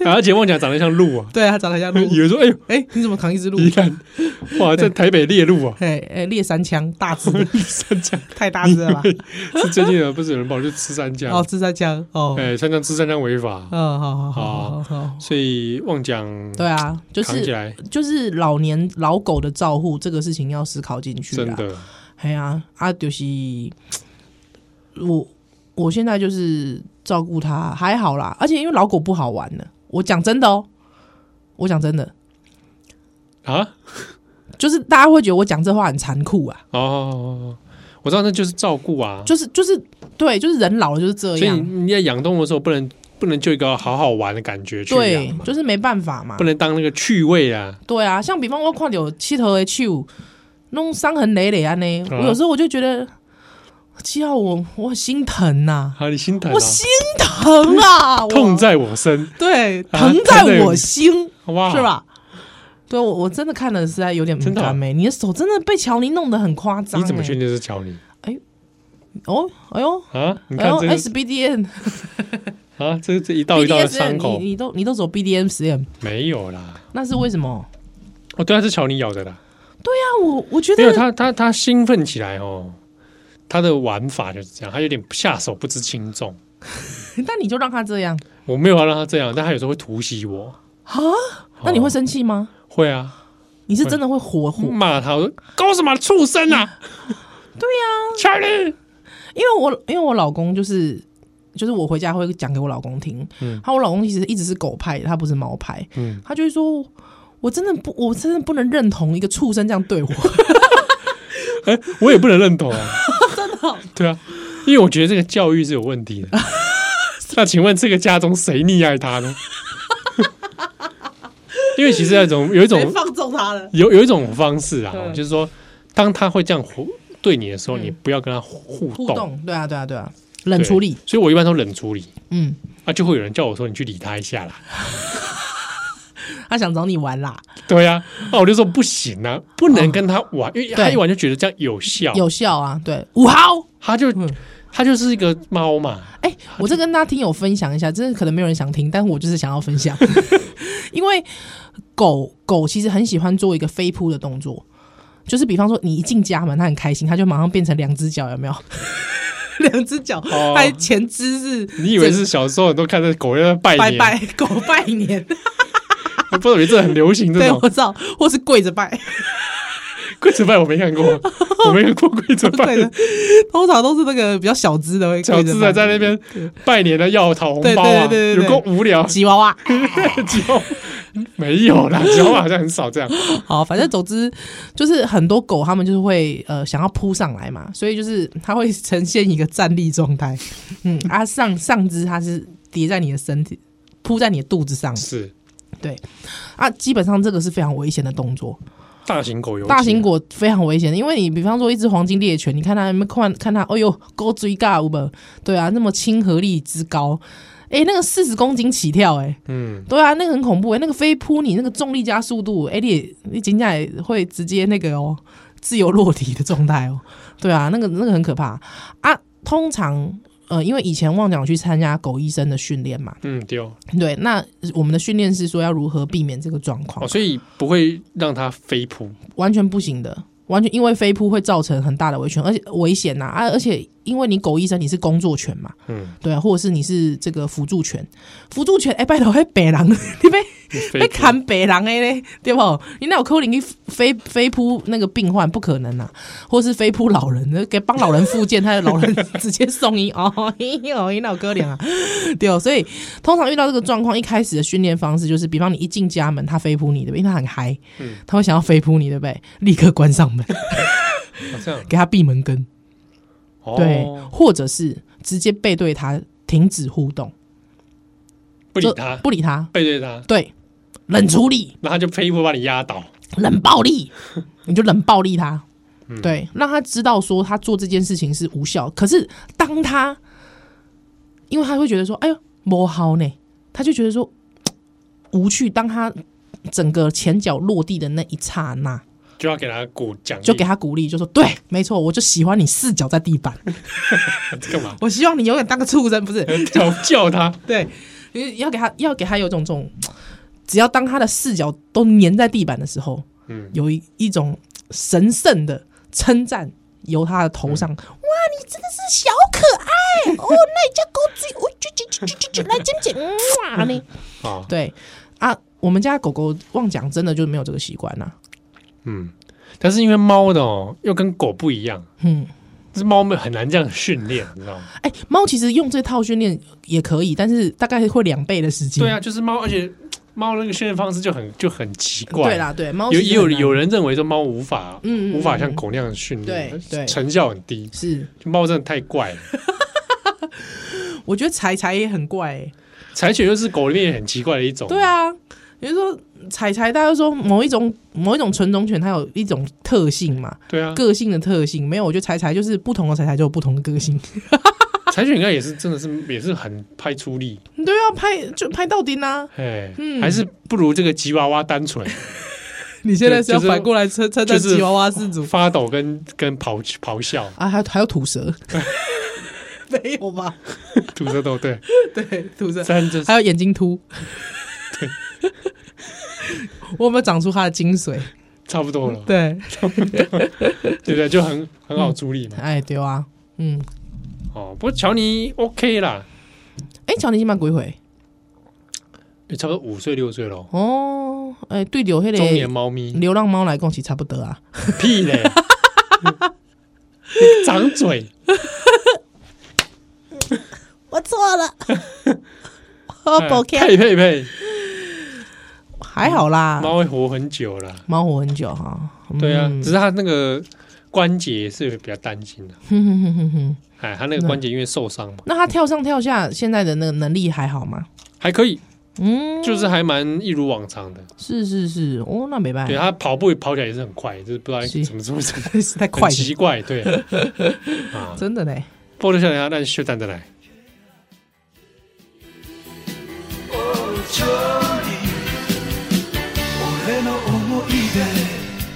Speaker 2: 然后且旺角长得像鹿啊，
Speaker 3: 对他长 得像鹿
Speaker 2: 以。为说哎呦，
Speaker 3: 哎，你怎么扛一只鹿？
Speaker 2: 你看，哇，在台北猎鹿啊，
Speaker 3: 哎哎，猎三枪，大只，
Speaker 2: 三江
Speaker 3: 太大只了吧？
Speaker 2: 是最近有不是有人跑去吃三江
Speaker 3: 哦，？吃三枪，哦，
Speaker 2: 哎，三江吃三江违法，
Speaker 3: 嗯，好好好好好，
Speaker 2: 所以旺角
Speaker 3: 对啊，就
Speaker 2: 扛起
Speaker 3: 是
Speaker 2: 来
Speaker 3: 就是老年老狗的照护这个事情要思考进去啊
Speaker 2: 真
Speaker 3: 啦。
Speaker 2: 的
Speaker 3: 哎呀、啊，就是我我现在就是照顾它还好啦，而且因为老狗不好玩了，我讲真的哦，我讲真的，
Speaker 2: 啊
Speaker 3: 就是大家会觉得我讲这话很残酷啊，
Speaker 2: 哦，我知道那就是照顾啊，
Speaker 3: 就是就是对，就是人老了就是这
Speaker 2: 所以
Speaker 3: 样，
Speaker 2: 你在养动物的时候不能不能就一个好好玩的感觉去养
Speaker 3: 对
Speaker 2: 嘛，，
Speaker 3: 就是没办法嘛
Speaker 2: 不，能当那个趣味啊。
Speaker 3: 对啊，像比方我看到七头的手弄伤痕累累啊呢，
Speaker 2: 啊
Speaker 3: 我有时候我就觉得，七号我我心疼呐、
Speaker 2: 好，你心疼、啊
Speaker 3: 我，心疼啊，我
Speaker 2: 痛在我身，
Speaker 3: 对，
Speaker 2: 啊
Speaker 3: 疼
Speaker 2: 疼在
Speaker 3: 在我
Speaker 2: 你
Speaker 3: 心。
Speaker 2: 哇，
Speaker 3: 是？吧？对我我真的看了实在有点
Speaker 2: 哦真
Speaker 3: 敏
Speaker 2: 的哦
Speaker 3: 感没、你的手真的被乔尼弄得很夸张、
Speaker 2: 你怎么
Speaker 3: 欸
Speaker 2: 确定是乔尼
Speaker 3: 哦，哎呦，
Speaker 2: 啊？你
Speaker 3: 哎
Speaker 2: 看
Speaker 3: 呦
Speaker 2: 这个
Speaker 3: ，SBDN
Speaker 2: 啊，这这一道一道的
Speaker 3: BDSM，
Speaker 2: 伤口
Speaker 3: 你你都你都走 BDM 实验，
Speaker 2: 没有啦。
Speaker 3: 那是为什么？
Speaker 2: 哦，对啊，是乔尼咬的啦。
Speaker 3: 那我我觉
Speaker 2: 没有
Speaker 3: 得
Speaker 2: 他，他他兴奋起来哦，他的玩法就是这样，他有点下手不知轻重。
Speaker 3: 那你就让他这样
Speaker 2: 我没有要让他这样，但他有时候会突袭我，
Speaker 3: 啊？那你会生气吗？
Speaker 2: 哦会嗯啊，
Speaker 3: 你是真的会火火？
Speaker 2: 骂他，我说搞什么畜生啊！对呀、乔尼，
Speaker 3: 因为我因为我老公就是就是我回家会讲给我老公听，
Speaker 2: 嗯
Speaker 3: 他我老公其实一直是狗派的，他不是猫派，
Speaker 2: 嗯
Speaker 3: 他就会说。我真的不，我真的不能认同一个畜生这样对我。
Speaker 2: 哎、我也不能认同啊，真的、对啊，因为我觉得这个教育是有问题的。那请问这个家中谁溺爱他呢？ 因为其实那种有一
Speaker 3: 谁
Speaker 2: 种
Speaker 3: 放纵他了？
Speaker 2: 有有一种方式啊，
Speaker 3: 嗯
Speaker 2: 就是说，当他会这样互对你的时候，
Speaker 3: 嗯
Speaker 2: 你不要跟他互
Speaker 3: 互
Speaker 2: 动，
Speaker 3: 动，对啊，对啊，对啊，冷处理
Speaker 2: 对，所以我一般都冷处理。
Speaker 3: 嗯，
Speaker 2: 啊，就会有人叫我说你去理他一下啦。
Speaker 3: 他想找你玩啦，
Speaker 2: 对呀、啊，那我就说不行啊，不能跟他玩，因为他
Speaker 3: 哦对
Speaker 2: 一玩就觉得这样有效，
Speaker 3: 有嗯效啊，对，五豪。
Speaker 2: 他就、他就是一个猫嘛。
Speaker 3: 哎、我这跟大家听友分享一下，真的可能没有人想听，但我就是想要 分享，因为狗狗其实很喜欢做一个飞扑的动作，就是比方说你一进家门，它很开心，它就马上变成两只脚，有没 有？两只脚，
Speaker 2: 哦
Speaker 3: 它前肢是
Speaker 2: 你以为是小时候很多看到狗在那拜
Speaker 3: 拜
Speaker 2: 年，
Speaker 3: 拜狗拜 年？
Speaker 2: 我 不知道有这很流行这
Speaker 3: 对，
Speaker 2: 种
Speaker 3: 我知道，或是跪着拜，
Speaker 2: 跪着拜，我没 看过，我没看过跪着拜
Speaker 3: 跪着，通常都是那个比较小只的会
Speaker 2: 小
Speaker 3: 跪
Speaker 2: 智
Speaker 3: 着
Speaker 2: 仔
Speaker 3: 拜，
Speaker 2: 在那边拜年的要讨红包啊，
Speaker 3: 对对对对
Speaker 2: 有
Speaker 3: 对
Speaker 2: 够无聊。
Speaker 3: 吉娃娃。
Speaker 2: 吉娃娃 没有 啦，吉娃娃好像很少这样。
Speaker 3: 好，反正总之就是很多狗，它们就是会呃想要扑上来嘛，所以就是它会呈现一个站立状态。嗯，啊上上肢它是叠在你的身体，扑在你的肚子上
Speaker 2: 是
Speaker 3: 啊，基本上这个是非常危险的动作。
Speaker 2: 大型狗有啊
Speaker 3: 大型狗非常危险，因为你比方说一只黄金猎犬，你看它有没有看看它，哎呦，狗追尬有没有？对啊，那么亲和力之高，哎、那个四十公斤起跳、哎，
Speaker 2: 嗯，
Speaker 3: 对啊，那个很恐怖哎、那个飞扑你那个重力加速度，哎、你也你紧张也会直接那个哦，自由落体的状态哦。对啊，那个那个很可怕啊。通常呃，因为以前忘讲我去参加狗医生的训练嘛，
Speaker 2: 嗯丢
Speaker 3: 对，那我们的训练是说要如何避免这个状况
Speaker 2: 哦，，所以不会让它飞扑。
Speaker 3: 完全不行的。完全因为飞扑会造成很大的危险，而且危险呐啊而且因为你狗医生你是工作犬嘛，
Speaker 2: 嗯，
Speaker 3: 对啊，或者是你是这个辅助犬，辅助犬哎、拜托，嘿，白狼， 你被
Speaker 2: 飞
Speaker 3: 被
Speaker 2: 扑
Speaker 3: 砍白人的嘞，对不？你那有可能去飞飞扑那个病患，不可能啊，或是飞扑老人，那给帮老人复健，他的老 人直接送医哦，哎呦，你那有可能啊，对哦。所以通常遇到这个状况，一开始的训练方式就是，比方你一进家门，他飞扑你，对不对？因为他很嗨，
Speaker 2: 嗯
Speaker 3: 他会想要飞扑你，对不对？立刻关上门，
Speaker 2: 哦这样
Speaker 3: 给他闭门羹，
Speaker 2: 哦
Speaker 3: 对，或者是直接背对他，停止互动，
Speaker 2: 不
Speaker 3: 不
Speaker 2: 理它，
Speaker 3: 不理他，
Speaker 2: 背对它，
Speaker 3: 对，冷处理。
Speaker 2: 然后它就飞扑把你压倒。
Speaker 3: 冷暴力，你就冷暴力他，对，让他知道说他做这件事情是无效。可是当他，因为他会觉得说，哎呦，不好呢，他就觉得说嘖无趣。当他整个前脚落地的那一刹那，
Speaker 2: 就要给它鼓奖励，
Speaker 3: 就给他鼓励，就说对，没错，我就喜欢你四脚在地板，
Speaker 2: 干嘛？
Speaker 3: 我希望你永远当个畜生，不是？
Speaker 2: 叫叫它，
Speaker 3: 对，你要给他要给他有一种这种，只要当他的视角都粘在地板的时候，
Speaker 2: 嗯
Speaker 3: 有一一种神圣的称赞由他的头上，
Speaker 2: 嗯
Speaker 1: 小可爱哦，那你家狗子，我啾啾啾啾啾啾，来亲亲，哇呢，
Speaker 2: 啊，
Speaker 3: 对啊，我们家狗狗忘讲，真的就没有这个习惯啊啦。
Speaker 2: 嗯。但是因为猫的哦，又跟狗不一样，
Speaker 3: 嗯，
Speaker 2: 这猫们很难这样训练，你知道吗？
Speaker 3: 哎、猫其实用这套训练也可以，但是大概会两倍的时间。
Speaker 2: 对啊，就是猫，而且猫那个训练方式就很就很奇怪。
Speaker 3: 对啦，对猫
Speaker 2: 有
Speaker 3: 其
Speaker 2: 也
Speaker 3: 实
Speaker 2: 有
Speaker 3: 很难
Speaker 2: 有人认为说猫无法，
Speaker 3: 嗯嗯
Speaker 2: 无法
Speaker 3: 嗯
Speaker 2: 像狗那样训练，
Speaker 3: 对对
Speaker 2: 成效很低。
Speaker 3: 是，
Speaker 2: 猫真的太怪了，
Speaker 3: 我觉得柴柴也很怪、欸。
Speaker 2: 柴犬又是狗里面也很奇怪的一种。
Speaker 3: 对，啊，比如说彩彩，大家都说某一种某一种纯种犬，它有一种特性嘛，
Speaker 2: 对啊，
Speaker 3: 个性的特性。没有，我觉得彩彩就是不同的彩彩就有不同的个性。
Speaker 2: 柴犬应该也是真的是也是很派出力，
Speaker 3: 对啊，拍就拍到底呢、
Speaker 2: 哎，
Speaker 3: 嗯
Speaker 2: 还是不如这个吉娃娃单纯，
Speaker 3: 你现在是要
Speaker 2: 就是
Speaker 3: 反过来称称
Speaker 2: 就
Speaker 3: 赞
Speaker 2: 是
Speaker 3: 吉娃娃氏 族
Speaker 2: 发抖跟跟咆咆哮，
Speaker 3: 啊，还有还有吐舌， 没有吧？
Speaker 2: 吐舌头，对，
Speaker 3: 对，吐舌，
Speaker 2: 三就是
Speaker 3: 还有眼睛凸。 我有没有长出它的精髓？
Speaker 2: 差不多了，
Speaker 3: 对，
Speaker 2: 对不对？就很很好处理嘛。
Speaker 3: 哎，对啊，嗯，
Speaker 2: 哦，不过乔尼 OK 啦，
Speaker 3: 哎、乔尼今晚几岁？
Speaker 2: 也差不多五岁六岁咯，
Speaker 3: 哦，哎、对流迄
Speaker 2: 中年
Speaker 3: 个
Speaker 2: 猫咪，
Speaker 3: 流浪猫来讲是差不多啊。
Speaker 2: 屁 嘞，你长嘴。
Speaker 1: 我错了，
Speaker 3: 哦
Speaker 2: 哎
Speaker 3: 抱歉，
Speaker 2: 呸呸呸！
Speaker 3: 还好啦，
Speaker 2: 猫会活很久啦。
Speaker 3: 猫活很久哈。
Speaker 2: 对啊，
Speaker 3: 嗯
Speaker 2: 只是它那个关节是比较担心的。
Speaker 3: 哼哼嗯哼哼哼
Speaker 2: 哎，它那个关节因为受伤嘛，
Speaker 3: 那它跳上跳下，现在的那个能力还好吗？
Speaker 2: 还可以，
Speaker 3: 嗯，
Speaker 2: 就是还蛮一如往常的。
Speaker 3: 是是是，哦，那没办
Speaker 2: 对，啊
Speaker 3: 法，
Speaker 2: 它跑步跑起来也是很快，就是不知道
Speaker 3: 是
Speaker 2: 怎么怎么怎么
Speaker 3: 是太快
Speaker 2: 很
Speaker 3: 了，
Speaker 2: 奇怪。对啊，
Speaker 3: 真的嘞。
Speaker 2: 不波多少年阿蛋秀蛋的来，
Speaker 4: 調理俺の思い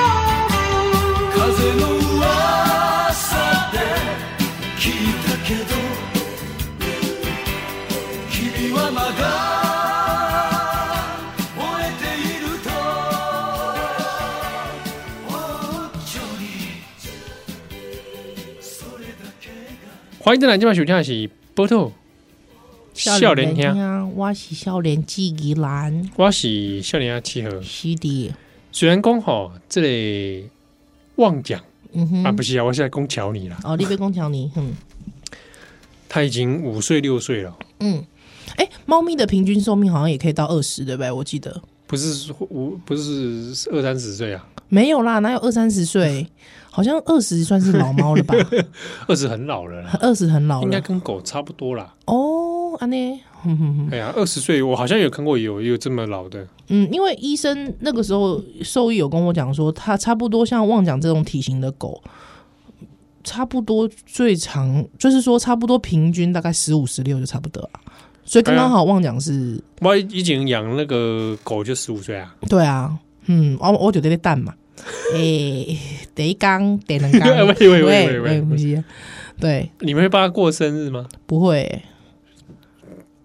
Speaker 4: 出風の噂で聞いたけど君はまだ燃えているとおっちょにそれだけが
Speaker 2: 欢迎的来，今晚收听的是波特笑脸听，
Speaker 3: 啊，我是笑脸纪宜兰，
Speaker 2: 我是笑脸阿七和。
Speaker 3: 是的，
Speaker 2: 虽然讲吼，这里妄讲
Speaker 3: 嗯哼，
Speaker 2: 啊，不是啊，我是在攻乔尼啦，
Speaker 3: 哦，立碑宫桥你，嗯
Speaker 2: 他已经五岁六岁了，
Speaker 3: 嗯，哎、猫咪的平均寿命好像也可以到二十，对不对？我记得
Speaker 2: 不是五不是二三十岁啊，
Speaker 3: 没有啦，哪有二三十岁？好像二十算是老猫了 吧？
Speaker 2: 二十很老了啦，
Speaker 3: 二十很老
Speaker 2: 应该
Speaker 3: 了
Speaker 2: 跟狗差不多啦。
Speaker 3: 哦，安 内，哼哼哼
Speaker 2: 哎呀，二十岁我好像有看过有有这么老的，
Speaker 3: 嗯，因为医生那个时候兽医有跟我讲说，他差不多像旺奖这种体型的狗，差不多最长就是说差不多平均大概十五十六就差不多了，所以刚刚好旺奖是、
Speaker 2: 我以前养那个狗就十五岁啊，
Speaker 3: 对啊，嗯，我我就在那蛋嘛，诶、第一缸，第两
Speaker 2: 喂
Speaker 3: 缸，
Speaker 2: 喂 喂喂喂
Speaker 3: 不是，对，
Speaker 2: 你们会帮它过生日吗？
Speaker 3: 不会、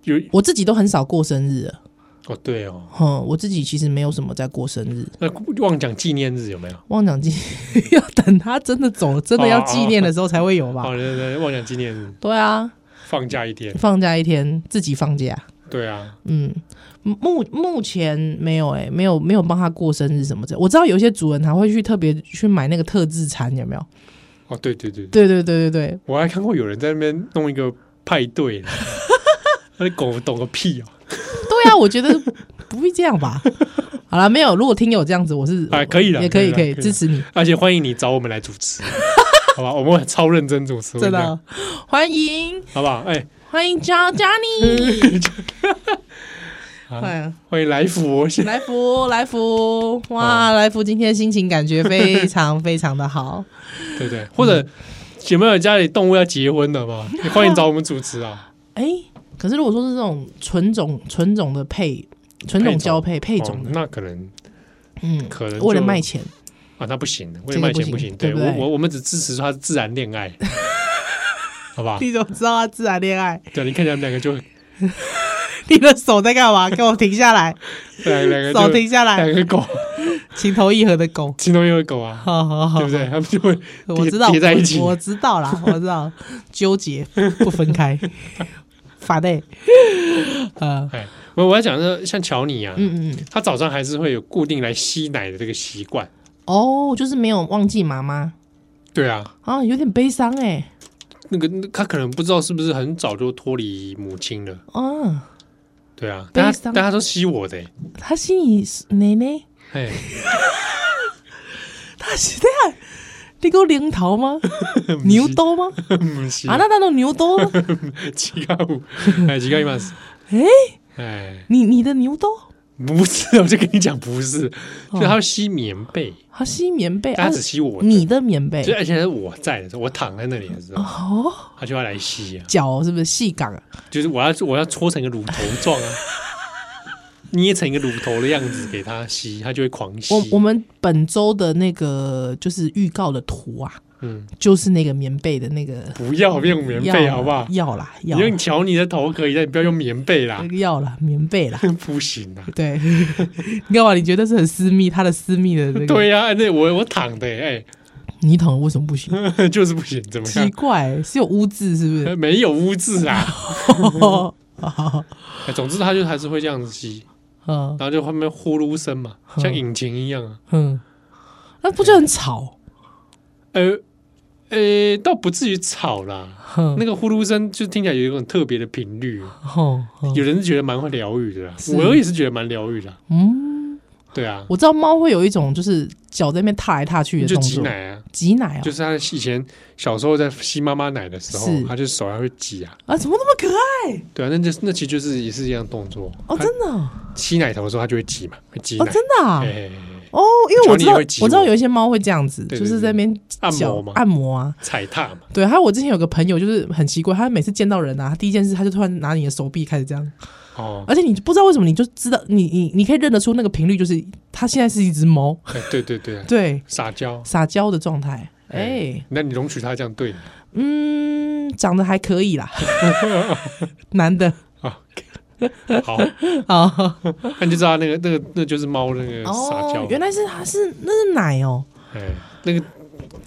Speaker 2: 有
Speaker 3: 我自己都很少过生日了，
Speaker 2: 哦，对哦，
Speaker 3: 哼，我自己其实没有什么在过生日，
Speaker 2: 那忘讲纪念日有没有？
Speaker 3: 旺奖纪 要等他真的走，真
Speaker 2: 哦
Speaker 3: 的要纪念的时候才会有吧。
Speaker 2: 哦，对对对，忘讲纪念日，
Speaker 3: 对啊，
Speaker 2: 放假一 天。
Speaker 3: 放假一天自己放假。
Speaker 2: 对啊，
Speaker 3: 嗯，目目前没有哎、没有没有帮他过生日什么的。我知道有一些主人他会去特别去买那个特制餐，有没有？
Speaker 2: 哦，对对对，对
Speaker 3: 对对对对对，
Speaker 2: 我还看过有人在那边弄一个派对， 那狗懂个屁哦！
Speaker 3: 对啊，我觉得不必这样吧。 好了，没有。如果听友这样子，我是
Speaker 2: 哎可以啦
Speaker 3: 也可以，
Speaker 2: 可
Speaker 3: 可
Speaker 2: 以啦可
Speaker 3: 以
Speaker 2: 以啦
Speaker 3: 支持你，
Speaker 2: 而且欢迎你找我们来主 持，好吧？我们会超认真主啊持，我跟
Speaker 3: 真
Speaker 2: 你
Speaker 3: 的啊
Speaker 2: 讲，
Speaker 3: 欢迎
Speaker 2: 好不好？哎，
Speaker 3: 欢迎 Jo Johnny，
Speaker 2: 啊
Speaker 3: 哎呀
Speaker 2: 欢迎来福，谢
Speaker 3: 来福来福，哇，来福今天心情感觉非常非常的好。嗯
Speaker 2: 对不对？或者有没有家里动物要结婚的嘛？
Speaker 3: 哦
Speaker 2: 也欢迎找我们主持啊！
Speaker 3: 哎、可是如果说是这种纯种纯种的配纯种交配配种
Speaker 2: 哦
Speaker 3: 的，
Speaker 2: 那可能
Speaker 3: 嗯，
Speaker 2: 可能就
Speaker 3: 为了卖钱，
Speaker 2: 啊，那不行，为
Speaker 3: 这
Speaker 2: 了
Speaker 3: 个
Speaker 2: 卖
Speaker 3: 不
Speaker 2: 钱
Speaker 3: 行
Speaker 2: 不行。
Speaker 3: 对
Speaker 2: 对
Speaker 3: 不
Speaker 2: 我
Speaker 3: 对
Speaker 2: 我我们只支持他自然恋 爱，好吧？
Speaker 3: 你怎么知道他自然恋爱？
Speaker 2: 对，你看起来他们两个就
Speaker 3: 你的手在干嘛？给我停 下来，
Speaker 2: 两两个
Speaker 3: 手
Speaker 2: 就哎
Speaker 3: 停下 来，
Speaker 2: 两个狗，
Speaker 3: 情投意合的狗。
Speaker 2: 其中一个狗啊，
Speaker 3: 好好好，
Speaker 2: 对不对？他们就会
Speaker 3: 我知道，
Speaker 2: 叠在一起
Speaker 3: 我，我知道 啦，我知道，纠结不分开，法内， 呃，
Speaker 2: 哎，我我要讲的是像乔尼啊，
Speaker 3: 嗯嗯，嗯
Speaker 2: 他早上还是会有固定来吸奶的这个习惯。
Speaker 3: 哦，就是没有忘记妈妈
Speaker 2: 对啊，
Speaker 3: 啊，有点悲伤哎、
Speaker 2: 那个那他可能不知道是不是很早就脱离母亲了。
Speaker 3: 啊，
Speaker 2: 对啊，
Speaker 3: 悲
Speaker 2: 但他
Speaker 3: 伤
Speaker 2: 但他都吸我的、欸
Speaker 3: 他心里是奶奶，
Speaker 2: 哎，
Speaker 3: 他是这样，你给我零 头吗？牛刀吗？
Speaker 2: 不是
Speaker 3: 啊，那那种牛刀呢？
Speaker 2: 乞丐舞，哎，乞丐舞，
Speaker 3: 哎、
Speaker 2: 哎，
Speaker 3: 你你的牛刀，
Speaker 2: 不是，我就跟你讲不是，就他会吸棉被，
Speaker 3: 它吸棉被，
Speaker 2: 但
Speaker 3: 哦啊
Speaker 2: 他只吸我的，
Speaker 3: 你的棉
Speaker 2: 就
Speaker 3: 被
Speaker 2: 而且是我在的时候，我躺在那里的时候，
Speaker 3: 哦，
Speaker 2: 他就要来吸啊，
Speaker 3: 脚是不是细杠啊？
Speaker 2: 就是我要我要搓成一个乳头状啊， 捏成一个乳头的样子给他吸，他就会狂吸。
Speaker 3: 我我们本周的那个就是预告的图啊，
Speaker 2: 嗯，
Speaker 3: 就是那个棉被的那个
Speaker 2: 不要用棉被好不好？
Speaker 3: 要啦
Speaker 2: 你
Speaker 3: 要啦
Speaker 2: 用乔尼的头可以，但你不要用棉被啦，
Speaker 3: 要啦棉被啦，
Speaker 2: 不行啊。
Speaker 3: 对， 你干嘛？你觉得是很私密，他的私密的那个，
Speaker 2: 对呀、那我我躺的、
Speaker 3: 你躺的为什么 不行？
Speaker 2: 哎， 就是不行，怎么
Speaker 3: 奇
Speaker 2: 样？
Speaker 3: 怪，是有污渍是不
Speaker 2: 呃
Speaker 3: 是？
Speaker 2: 没有污渍啊。
Speaker 3: 好
Speaker 2: 哎总之，他就还是会这样子吸，
Speaker 3: 嗯
Speaker 2: 然后就后面呼噜声嘛，像引擎一样啊。
Speaker 3: 嗯，那不就很吵？
Speaker 2: 呃，呃，倒不至于吵啦，
Speaker 3: 哼
Speaker 2: 那个呼噜声就听起来有一种特别的频率，
Speaker 3: 哼哼
Speaker 2: 有人是觉得蛮会疗愈的啦，
Speaker 3: 嗯
Speaker 2: 啊
Speaker 3: 是
Speaker 2: 我也是觉得蛮疗愈的啊，
Speaker 3: 嗯，
Speaker 2: 对啊，
Speaker 3: 我知道猫会有一种就是脚在那边踏来踏去的
Speaker 2: 就
Speaker 3: 动
Speaker 2: 挤
Speaker 3: 作，
Speaker 2: 奶啊，
Speaker 3: 挤奶
Speaker 2: 就
Speaker 3: 哦，
Speaker 2: 是他以前小时候在吸妈妈奶的时候
Speaker 3: 是，
Speaker 2: 他就手还会挤啊，
Speaker 3: 啊，怎么那么可爱
Speaker 2: 对啊，那就是那其实就是也是一样动作，
Speaker 3: 哦，
Speaker 2: 他
Speaker 3: 真的哦
Speaker 2: 吸奶头的时候他就会挤嘛，会挤
Speaker 3: 哦，
Speaker 2: 奶，
Speaker 3: 真的啊
Speaker 2: 哎哎哎哎
Speaker 3: 哦，因为我知
Speaker 2: 乔尼
Speaker 3: 道
Speaker 2: 也会挤我
Speaker 3: 我知道有一些猫会这样子，
Speaker 2: 对对
Speaker 3: 就是在那边
Speaker 2: 按摩
Speaker 3: 脚
Speaker 2: 嘛
Speaker 3: 按摩啊，
Speaker 2: 踩踏嘛，
Speaker 3: 对，还有我之前有个朋友就是很奇怪，他每次见到人啊，他第一件事他就突然拿你的手臂开始这样，
Speaker 2: 哦，
Speaker 3: 而且你不知道为什么，你就知道你你你可以认得出那个频率，就是它现在是一只猫，
Speaker 2: 哎对对对 啊，
Speaker 3: 对，
Speaker 2: 撒娇，
Speaker 3: 撒娇的状态。哎、
Speaker 2: 那你容许他这样对你
Speaker 3: 嗯，长得还可以啦， 男的
Speaker 2: 啊？好，
Speaker 3: 啊，
Speaker 2: 那你就知道那个那个那就是猫那个撒娇
Speaker 3: 哦，，原来是它是那是奶哦，
Speaker 2: 哎，那个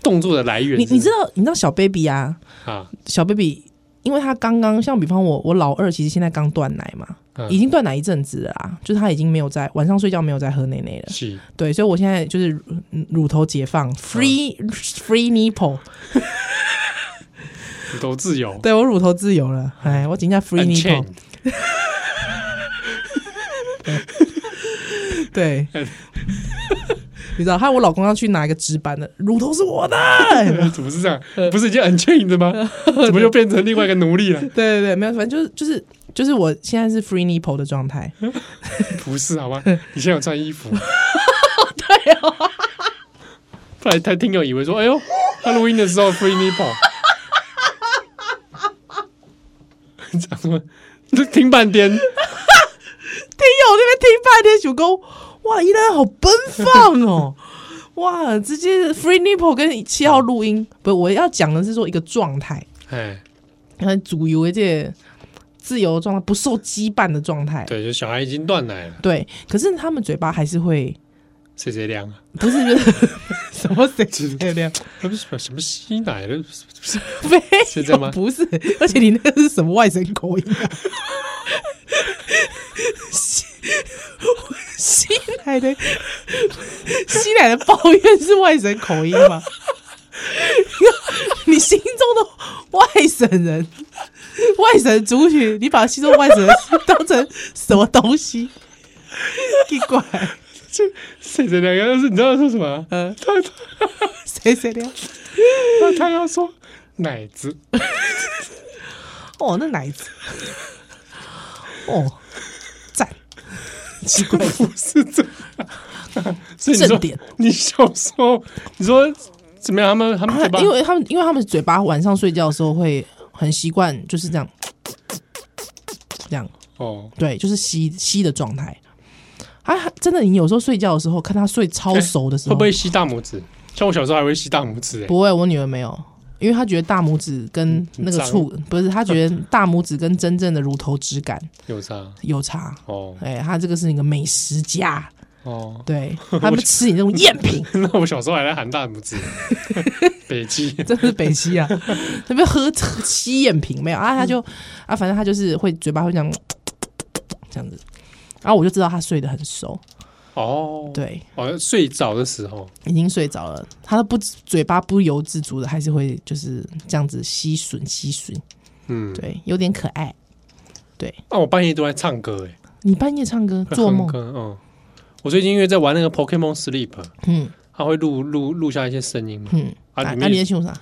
Speaker 2: 动作的来源
Speaker 3: 你
Speaker 2: 是，
Speaker 3: 你知道你知道小 baby 啊，
Speaker 2: 啊？
Speaker 3: 小 baby，因为他刚刚像比方我我老二其实现在刚断奶嘛，
Speaker 2: 嗯
Speaker 3: 已经断奶一阵子了啦，就是他已经没有在晚上睡觉没有在喝奶奶了，
Speaker 2: 是
Speaker 3: 对，所以我现在就是嗯乳头解放，free、free nipple，
Speaker 2: 你都自由
Speaker 3: 对我乳头自由了，
Speaker 2: 嗯
Speaker 3: 哎，我今天 free nipple，
Speaker 2: ，unchained，
Speaker 3: 对。
Speaker 2: 嗯
Speaker 3: 你知道，还有我老公要去拿一个纸板的，乳头是 我的。
Speaker 2: 怎么是这样？不是已经 unchained 的吗？怎么又变成另外一个奴隶了？
Speaker 3: 对对对，没有，反正就是就是就是我现在是 free nipple 的状态。
Speaker 2: 不是，好吧？你现在有穿衣服，对哦。不然他听友以为说，哎呦，他录音的时候 free nipple，讲什么？这听半天，
Speaker 3: 听友那边听半天，想讲哇，依然好奔放哦，哇，直接 free nipple 跟七号录音，不，我要讲的是说一个状态，
Speaker 2: 哎，
Speaker 3: 然后主游一这自由的状态，不受羁绊的状态，
Speaker 2: 对，就小孩已经断奶了，
Speaker 3: 对，可是他们嘴巴还是会，
Speaker 2: 谁谁凉啊？
Speaker 3: 不是就是什么谁谁亮？
Speaker 2: 那不是什么吸奶的， 不是
Speaker 3: 没有
Speaker 2: 是这样吗
Speaker 3: 不是，而且你那个是什么外省口音啊？西西奶的西奶的抱怨是外省口音吗？你心中的外省人、外省族群，你把心中的外省人当成什么东西？奇怪，
Speaker 2: 谁谁凉，要是你知道他说什么啊？
Speaker 3: 呃，
Speaker 2: 他
Speaker 3: 谁谁的？
Speaker 2: 他他要说奶子，
Speaker 3: 哦，那奶子，哦，赞， 奇怪。
Speaker 2: 不是这 样。所以你
Speaker 3: 正
Speaker 2: 说
Speaker 3: 点，
Speaker 2: 你小时候你说怎么样？他们他们嘴巴
Speaker 3: 啊因为他们，因为他们嘴巴晚上睡觉的时候会很习惯，就是这样，这样，
Speaker 2: 哦，
Speaker 3: 对，就是吸吸的状态。啊，真的，你有时候睡觉的时候看他睡超熟的时
Speaker 2: 会
Speaker 3: 候，
Speaker 2: 不会吸大拇指？像我小时候还会吸大拇指哎，
Speaker 3: 不会，我女儿没有，因为她觉得大拇指跟那个
Speaker 2: 嗯很脏
Speaker 3: 触不是，她觉得大拇指跟真正的乳头质感
Speaker 2: 有啥？
Speaker 3: 有差。
Speaker 2: 哦
Speaker 3: 哎、她这个是一个美食家，
Speaker 2: 哦，
Speaker 3: 对，她不吃你这种赝品，
Speaker 2: 那我小时候还在喊大拇指， 北极
Speaker 3: 真的是北西啊，那边喝喝吸眼瓶没有啊？他就
Speaker 2: 嗯
Speaker 3: 啊，反正他就是会嘴巴会这样这样子，然后我就知道他睡得很熟，
Speaker 2: 哦，，
Speaker 3: 对，
Speaker 2: 哦，睡着的时候
Speaker 3: 已经睡着了，他都不嘴巴不由自主的还是会就是这样子吸吮吸吮，
Speaker 2: 嗯，啊
Speaker 3: 对，有点可爱。
Speaker 2: 那我半夜都在唱歌哎，
Speaker 3: 你半夜唱歌
Speaker 2: 会
Speaker 3: 做
Speaker 2: 哼
Speaker 3: 梦
Speaker 2: 歌，嗯，我最近因为在玩那个 Pokemon Sleep，
Speaker 3: 嗯
Speaker 2: 它会录录录下一些声音嘛，
Speaker 3: 嗯，
Speaker 2: 啊
Speaker 3: 啊，
Speaker 2: 里
Speaker 3: 那
Speaker 2: 面
Speaker 3: 你在听啥？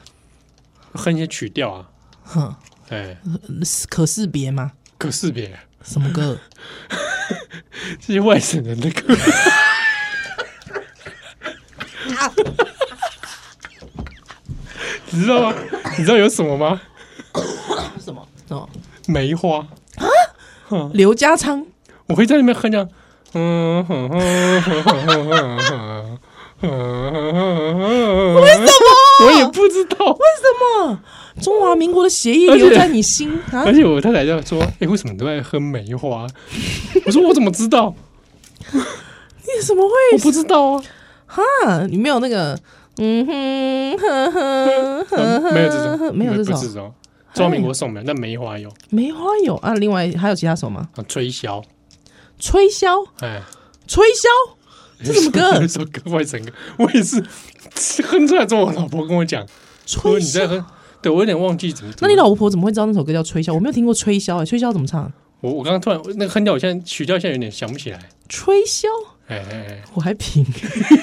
Speaker 2: 哼一些曲调啊，
Speaker 3: 哼，
Speaker 2: 哎，
Speaker 3: 嗯可是别吗？
Speaker 2: 可是别
Speaker 3: 什么歌？
Speaker 2: 这些外省人的歌，你知道吗？你知道有什么吗？
Speaker 3: 什么？哦，
Speaker 2: 梅花，哦
Speaker 3: 刘家昌，
Speaker 2: 我会在那边哼这样，嗯哼哼哼哼哼哼哼哼，为什么？我也不知道。
Speaker 3: 为什么中华民国的协议
Speaker 2: 而且
Speaker 3: 留在你心啊
Speaker 2: 而？且我太太就说：“哎、为什么你都在哼梅花？”我说：“我怎么知道？
Speaker 3: 你怎么
Speaker 2: 我
Speaker 3: 会
Speaker 2: 不知道啊，
Speaker 3: 哈，你没有那个，嗯哼，呵呵呵 呵
Speaker 2: 嗯没有这种，
Speaker 3: 没有这
Speaker 2: 不是
Speaker 3: 首，
Speaker 2: 这种。中华民国送没有，但梅花有
Speaker 3: 梅花有啊。另外还有其他首吗？
Speaker 2: 啊，吹箫，
Speaker 3: 吹箫，
Speaker 2: 哎。”
Speaker 3: 吹箫，这什么 歌
Speaker 2: 有一首歌外省歌，我也是哼出来之后，我老婆跟我讲，如果
Speaker 3: 吹
Speaker 2: 你在
Speaker 3: 箫。
Speaker 2: 哼，对我有点忘记怎么。
Speaker 3: 那你老婆怎么会知道那首歌叫《吹箫》？我没有听过《吹箫》哎，《吹箫》怎么唱？
Speaker 2: 我我刚刚突然那个哼调，我现在曲调现在有点想不起来。
Speaker 3: 吹箫，
Speaker 2: 哎哎 哎，
Speaker 3: 我还 评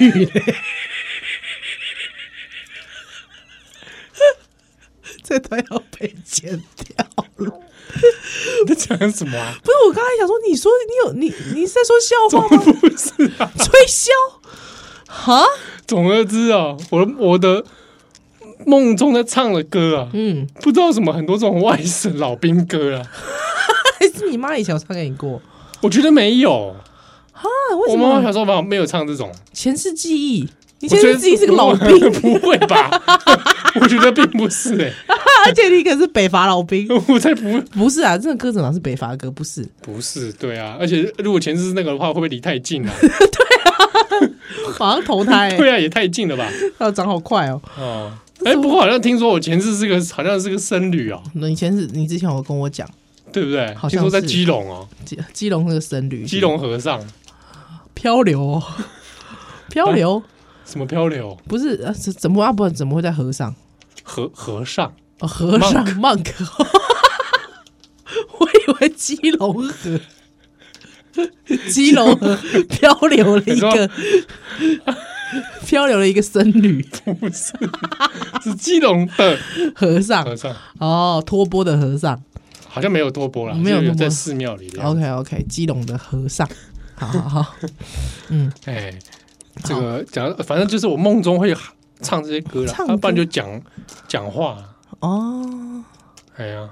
Speaker 3: 语嘞，这都要被剪掉了。
Speaker 2: 你在讲什么 啊？
Speaker 3: 不是，我刚才想说，你说你有你你是在说笑话吗？
Speaker 2: 不是啊，
Speaker 3: 吹箫，哈，
Speaker 2: 总而之啊，我的我的梦中在唱的歌啊，
Speaker 3: 嗯，
Speaker 2: 不知道什么很多这种外省老兵歌啊，
Speaker 3: 还是你妈以前有唱给你过
Speaker 2: 我觉得没有。
Speaker 3: 哈？啊为
Speaker 2: 我
Speaker 3: 什
Speaker 2: 妈妈小
Speaker 3: 么？
Speaker 2: 时候好像没有唱这种，
Speaker 3: 前世记忆，
Speaker 2: 我
Speaker 3: 你前
Speaker 2: 觉
Speaker 3: 世
Speaker 2: 得
Speaker 3: 记忆是个老兵，
Speaker 2: 不会吧？ 我觉得并不是哎、
Speaker 3: 而且你可是北伐老兵。
Speaker 2: 我才不
Speaker 3: 不是啊，这个歌怎么是北伐歌？不是，
Speaker 2: 不是对啊，而且如果前世是那个的话，会不会离太 近了、啊？
Speaker 3: 好像投胎、欸，
Speaker 2: 对啊，也太近了吧？
Speaker 3: 要长好快哦。
Speaker 2: 哦，哎、不过好像听说我前世是个好像是个僧侣哦，
Speaker 3: 那以前是你之前有跟我讲，
Speaker 2: 对不对？
Speaker 3: 好像
Speaker 2: 听说在
Speaker 3: 是嗯
Speaker 2: 基隆哦，
Speaker 3: 基基隆那个僧侣，
Speaker 2: 基隆和尚
Speaker 3: 漂流、哦，漂流、
Speaker 2: 什么漂流
Speaker 3: 不是呃怎怎么啊？不然怎么会在河上？
Speaker 2: 和和尚，
Speaker 3: 哦、和尚 monk，我以为基隆河，基隆 河漂流了一个， 漂流了一个僧侣
Speaker 2: 不是 是基隆的
Speaker 3: 和尚
Speaker 2: 和尚，
Speaker 3: 哦，托钵的和尚。
Speaker 2: 好像没有多波啦，
Speaker 3: 哦没有
Speaker 2: 就
Speaker 3: 托钵
Speaker 2: 在寺庙里的样子。
Speaker 3: OK OK，基隆的和尚，好好好，
Speaker 2: 哎，这个讲，反正就是我梦中会唱这些歌啦
Speaker 3: 唱，
Speaker 2: 啊不然
Speaker 3: 歌
Speaker 2: 就讲讲话啦。
Speaker 3: 哦，
Speaker 2: 哎呀，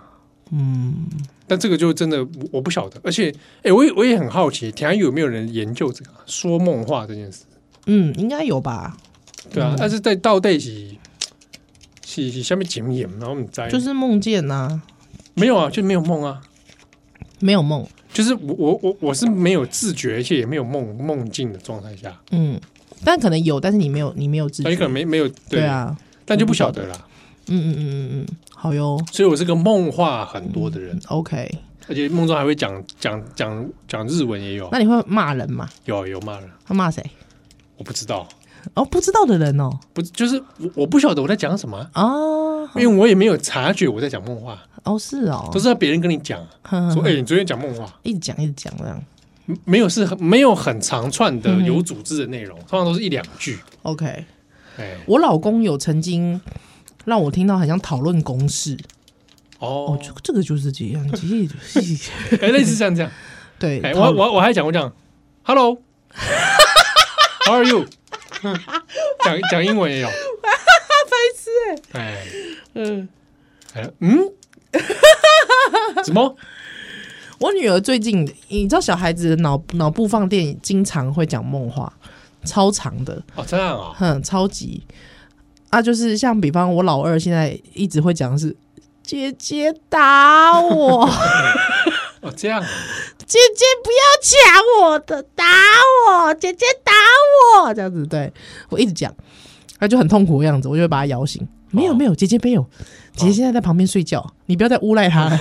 Speaker 3: 嗯，
Speaker 2: 但这个就真的我我不晓得，而且哎，我也我也很好奇，田安有没有人研究这个啊说梦话这件事？
Speaker 3: 嗯，应该有吧，
Speaker 2: 对
Speaker 3: 嗯
Speaker 2: 啊，但是在到底是是是下面景演，然后我们在
Speaker 3: 就是梦见呐、
Speaker 2: 没有啊，就没有梦啊。
Speaker 3: 没有梦，
Speaker 2: 就是我我我我是没有自觉，而且也没有梦梦境的状态下，
Speaker 3: 嗯，但可能有，但是你没有，你没有自
Speaker 2: 那
Speaker 3: 觉，
Speaker 2: 也可能没没有
Speaker 3: 对，啊，
Speaker 2: 但就不晓得啦。
Speaker 3: 嗯嗯嗯嗯嗯，好哟
Speaker 2: 所以我是个梦话很多的
Speaker 3: 嗯
Speaker 2: 人，
Speaker 3: ，OK，
Speaker 2: 而且梦中还会讲讲讲讲日文也有，
Speaker 3: 那你会骂人吗？
Speaker 2: 有有骂人，
Speaker 3: 他骂谁？
Speaker 2: 我不知道，
Speaker 3: 哦，不知道的人哦，
Speaker 2: 不就是我我不晓得我在讲什么啊、
Speaker 3: 哦，
Speaker 2: 因为我也没有察觉我在讲梦话，
Speaker 3: 哦是哦
Speaker 2: 都，是要别人跟你讲，
Speaker 3: 哼哼
Speaker 2: 说
Speaker 3: 哼
Speaker 2: 哎、你昨天讲梦话，
Speaker 3: 一直讲一直讲这样
Speaker 2: 嗯没有是很没有很长串的有组织的内容，
Speaker 3: 嗯
Speaker 2: 通常都是一两句，
Speaker 3: ，OK，
Speaker 2: 哎、
Speaker 3: 我老公有曾经让我听到很像讨论公式，哦
Speaker 2: 哦，，
Speaker 3: 这这个就是这 样，其实
Speaker 2: 哎、类似像这样，
Speaker 3: 对，
Speaker 2: 哎、
Speaker 3: 讨
Speaker 2: 我我我还讲过这样，Hello，How are you？讲讲英文 也有，白痴
Speaker 3: 欸嗯，
Speaker 2: 哎、哎嗯， 什么？
Speaker 3: 我女儿最近，你知道小孩子的脑脑部放电，经常会讲梦话，超长的，
Speaker 2: 哦，这样啊、
Speaker 3: 哼，超级啊，就是像比方我老二现在一直会讲的是姐姐打我，
Speaker 2: 哦，这样、啊，
Speaker 1: 姐姐不要抢我的，打我！姐姐打我！
Speaker 3: 这样子，对我一直讲，他就很痛苦的样子，我就会把他摇醒。没有
Speaker 2: 哦
Speaker 3: 没有，姐姐没有，姐姐现在在旁边睡觉，你不要再诬赖她了。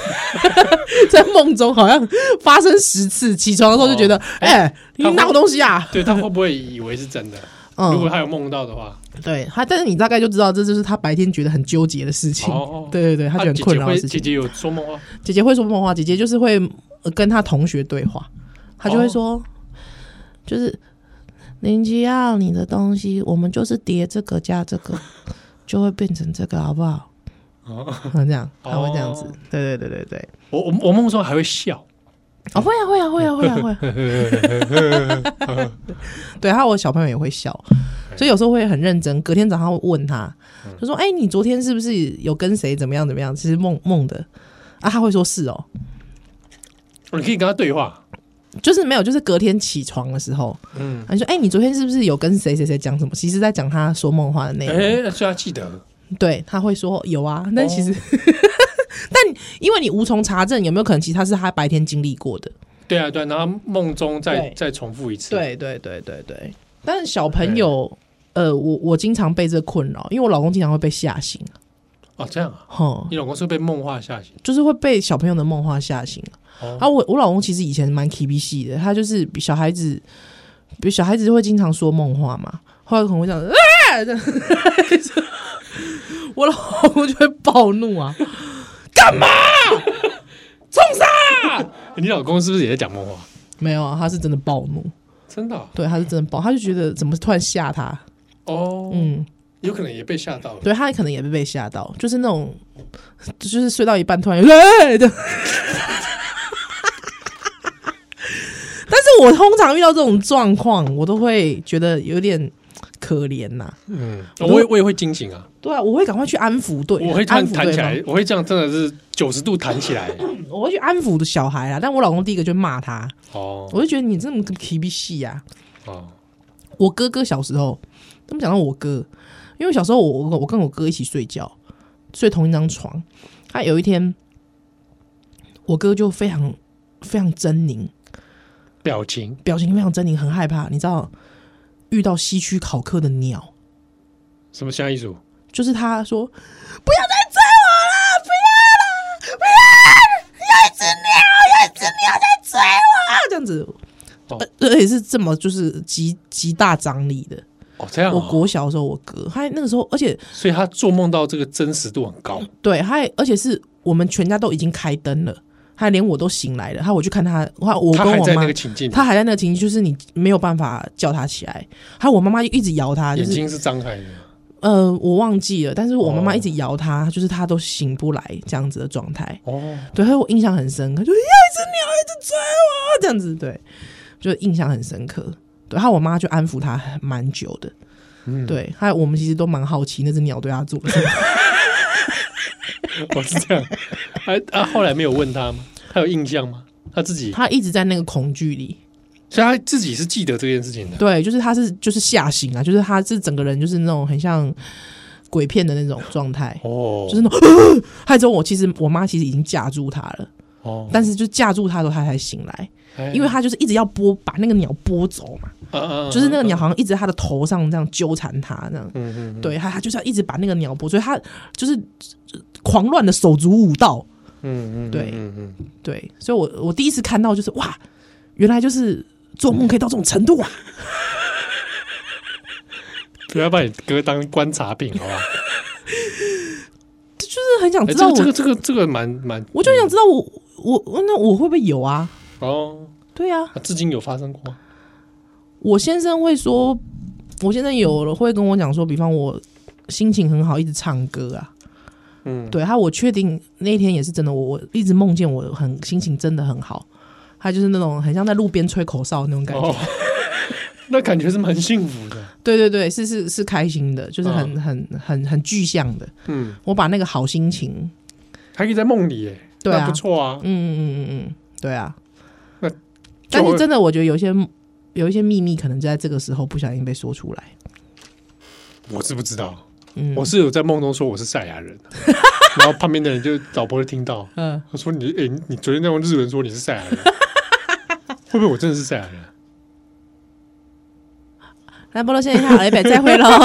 Speaker 3: 在梦中好像发生十次，起床的时候就觉得
Speaker 2: 哦，
Speaker 3: 哎、你
Speaker 2: 她会
Speaker 3: 哪个东西啊？
Speaker 2: 对他会不会以为是真的？
Speaker 3: 嗯
Speaker 2: 如果他有梦到的话，
Speaker 3: 对他，但是你大概就知道，这就是他白天觉得很纠结的事情。
Speaker 2: 哦
Speaker 3: 对对对，他觉得
Speaker 2: 啊
Speaker 3: 很
Speaker 2: 姐
Speaker 3: 困
Speaker 2: 姐
Speaker 3: 扰的
Speaker 2: 会
Speaker 3: 事
Speaker 2: 姐
Speaker 3: 情。
Speaker 2: 姐有说梦话，
Speaker 3: 姐姐会说梦话，姐姐就是会呃跟她同学对话，她就会说，就是林吉要你的东西，我们就是叠这个加这 个，就会变成这个，好不好？
Speaker 2: 哦
Speaker 3: 嗯，这样，她会这样子
Speaker 2: 哦。
Speaker 3: 对对对对对，
Speaker 2: 我我我梦中还会笑，
Speaker 3: 啊、会啊会啊会啊会啊会啊。 对，还有我小朋友也会笑，所以有时候会很认真。隔天早上会问他，就说：“哎、你昨天是不是有跟谁怎么样怎么样？”其实梦梦的啊，他会说是哦，
Speaker 2: 你可以跟他对话，
Speaker 3: 就是没有，就是隔天起床的时候，
Speaker 2: 嗯，
Speaker 3: 他就说：“哎、你昨天是不是有跟谁谁谁讲什么？”其实在讲他说梦话 的内容。
Speaker 2: 哎，所以他记得，
Speaker 3: 对，他会说有啊，但其实， 但因为你无从查证有没有可能，其实他是他白天经历过的。
Speaker 2: 对啊对啊，然后梦中再
Speaker 3: 对
Speaker 2: 再重复一次，，
Speaker 3: 对对对对对，但是小朋友，呃，我我经常被这困扰，因为我老公经常会被吓醒，
Speaker 2: 哦，这样啊，
Speaker 3: 哼，
Speaker 2: 你老公是被梦话吓醒，
Speaker 3: 就是会被小朋友的梦话吓醒。
Speaker 2: 哦
Speaker 3: 啊，我我老公其实以前蛮 K B 系的，他就是比小孩子，比小孩子会经常说梦话嘛，后来可能会这样，啊、这样我 我老公就会暴怒啊！干嘛？冲啥？
Speaker 2: 你老公是不是也在讲梦话？
Speaker 3: 没有啊，他是真的暴怒，
Speaker 2: 真的啊
Speaker 3: 对，他是真的暴，他就觉得怎么突然吓他？
Speaker 2: 哦，
Speaker 3: 嗯，
Speaker 2: 有可能也被吓到了。
Speaker 3: 对他可能也被被吓到，就是那种，就是睡到一半突然哎的。 但是我通常遇到这种状况，我都会觉得有点可怜呐、
Speaker 2: 嗯，我也我也会惊醒啊，
Speaker 3: 对啊，我会赶快去安抚对，
Speaker 2: 我会突
Speaker 3: 安
Speaker 2: 然
Speaker 3: 抚
Speaker 2: 弹
Speaker 3: 对
Speaker 2: 起
Speaker 3: 方
Speaker 2: 来，，我会这样真的是九十度弹起 来。
Speaker 3: 我会去安抚的小孩啊。但我老公第一个就骂他，
Speaker 2: 哦
Speaker 3: 我就觉得你这么 K B 戏啊呀、
Speaker 2: 哦，
Speaker 3: 我哥哥小时候，他们讲到我哥，因为小时候我我我跟我哥一起睡觉，睡同一张床。他有一天，我哥就非常非常狰狞，
Speaker 2: 表情
Speaker 3: 表情非常狰狞，很害怕。你知道，遇到西区考科的鸟，
Speaker 2: 什么下一组？
Speaker 3: 就是他说
Speaker 2: 哦
Speaker 3: 不要再追我了，不要了，不要了，有一只鸟，有一只鸟在追我，这样子。呃而且是这么就是极极大张力的，
Speaker 2: 哦，这样
Speaker 3: 我
Speaker 2: 哦，
Speaker 3: 国小的时候，我哥他那个时候，而且
Speaker 2: 所以他做梦到这个真实度很高。
Speaker 3: 对，他还而且是我们全家都已经开灯了，他连我都醒来了，他我去看他，他我
Speaker 2: 他
Speaker 3: 跟
Speaker 2: 还
Speaker 3: 我
Speaker 2: 在
Speaker 3: 妈
Speaker 2: 那个，情境，
Speaker 3: 他还在那个情境，就是你没有办法叫他起来，还有我妈妈就一直摇他，就
Speaker 2: 眼
Speaker 3: 是
Speaker 2: 睛是张开的。
Speaker 3: 呃我忘记了，但是我妈妈
Speaker 2: 哦
Speaker 3: 一直摇他，就是他都醒不来这样子的状态，
Speaker 2: 哦，
Speaker 3: 对，所以我印象很深刻，就有一只鸟一直追我这样子，对，就印象很深刻。对，然后我妈就安抚他蛮久的，
Speaker 2: 嗯，
Speaker 3: 对，还有我们其实都蛮好奇那只鸟对他做了什么。
Speaker 2: 哦我是这样。还啊，后来没有问他吗？他有印象吗？他自己，
Speaker 3: 他一直在那个恐惧里，
Speaker 2: 所以他自己是记得这件事情的。
Speaker 3: 对，就是他是就是吓醒啊，就是他是整个人就是那种很像鬼片的那种状态，
Speaker 2: 哦，
Speaker 3: 就是那种， 害之后我其实我妈其实已经架住他了，
Speaker 2: 哦，
Speaker 3: 但是就架住他的时候他才醒来，
Speaker 2: 哎
Speaker 3: 因为他就是一直要拨把那个鸟拨走嘛，
Speaker 2: 啊啊
Speaker 3: 就是那个，鸟
Speaker 2: 啊
Speaker 3: 好像一直在他的头上这样纠缠他这样，
Speaker 2: 嗯嗯，嗯，
Speaker 3: 对他他就是要一直把那个鸟拨，所以他就是狂乱的手足舞蹈，
Speaker 2: 嗯嗯，
Speaker 3: 对
Speaker 2: 嗯嗯嗯，
Speaker 3: 对，所以我我第一次看到就是哇，原来就是做梦可以到这种程度啊。
Speaker 2: 不要把你哥当观察品，好吧？
Speaker 3: 就是很想
Speaker 2: 哎，
Speaker 3: 知
Speaker 2: 这
Speaker 3: 道
Speaker 2: 个
Speaker 3: 我，
Speaker 2: 这个这个这个蛮蛮，嗯
Speaker 3: 我就想知道我我我那我会不会有啊？
Speaker 2: 哦，
Speaker 3: 对啊，
Speaker 2: 啊至今有发生过吗？
Speaker 3: 我先生会说，我先生有了会跟我讲说，比方我心情很好，一直唱歌啊。
Speaker 2: 嗯，
Speaker 3: 对他，我确定那一天也是真的，我我一直梦见我很心情真的很好，他就是那种很像在路边吹口哨那种感觉。
Speaker 2: 哦， 那感觉是蛮幸福的。
Speaker 3: 对对对，是是是开心的，就是很、很很很具象的。
Speaker 2: 嗯，
Speaker 3: 我把那个好心情，
Speaker 2: 还可以在梦里耶，
Speaker 3: 对啊
Speaker 2: 那不错啊
Speaker 3: 嗯。嗯嗯嗯嗯，对啊
Speaker 2: 那。
Speaker 3: 但
Speaker 2: 就会
Speaker 3: 是真的，我觉得有一些有一些秘密，可能就在这个时候不小心被说出来。
Speaker 2: 我知不知道？
Speaker 3: 嗯
Speaker 2: 我是有在梦中说我是赛亚 人，然后旁边的人就老婆就听到，
Speaker 3: 嗯，
Speaker 2: 他说你诶、你你昨天那用日文说你是赛亚人， 会不会我真的是赛亚人？
Speaker 3: 那菠萝先生好，一北再会喽。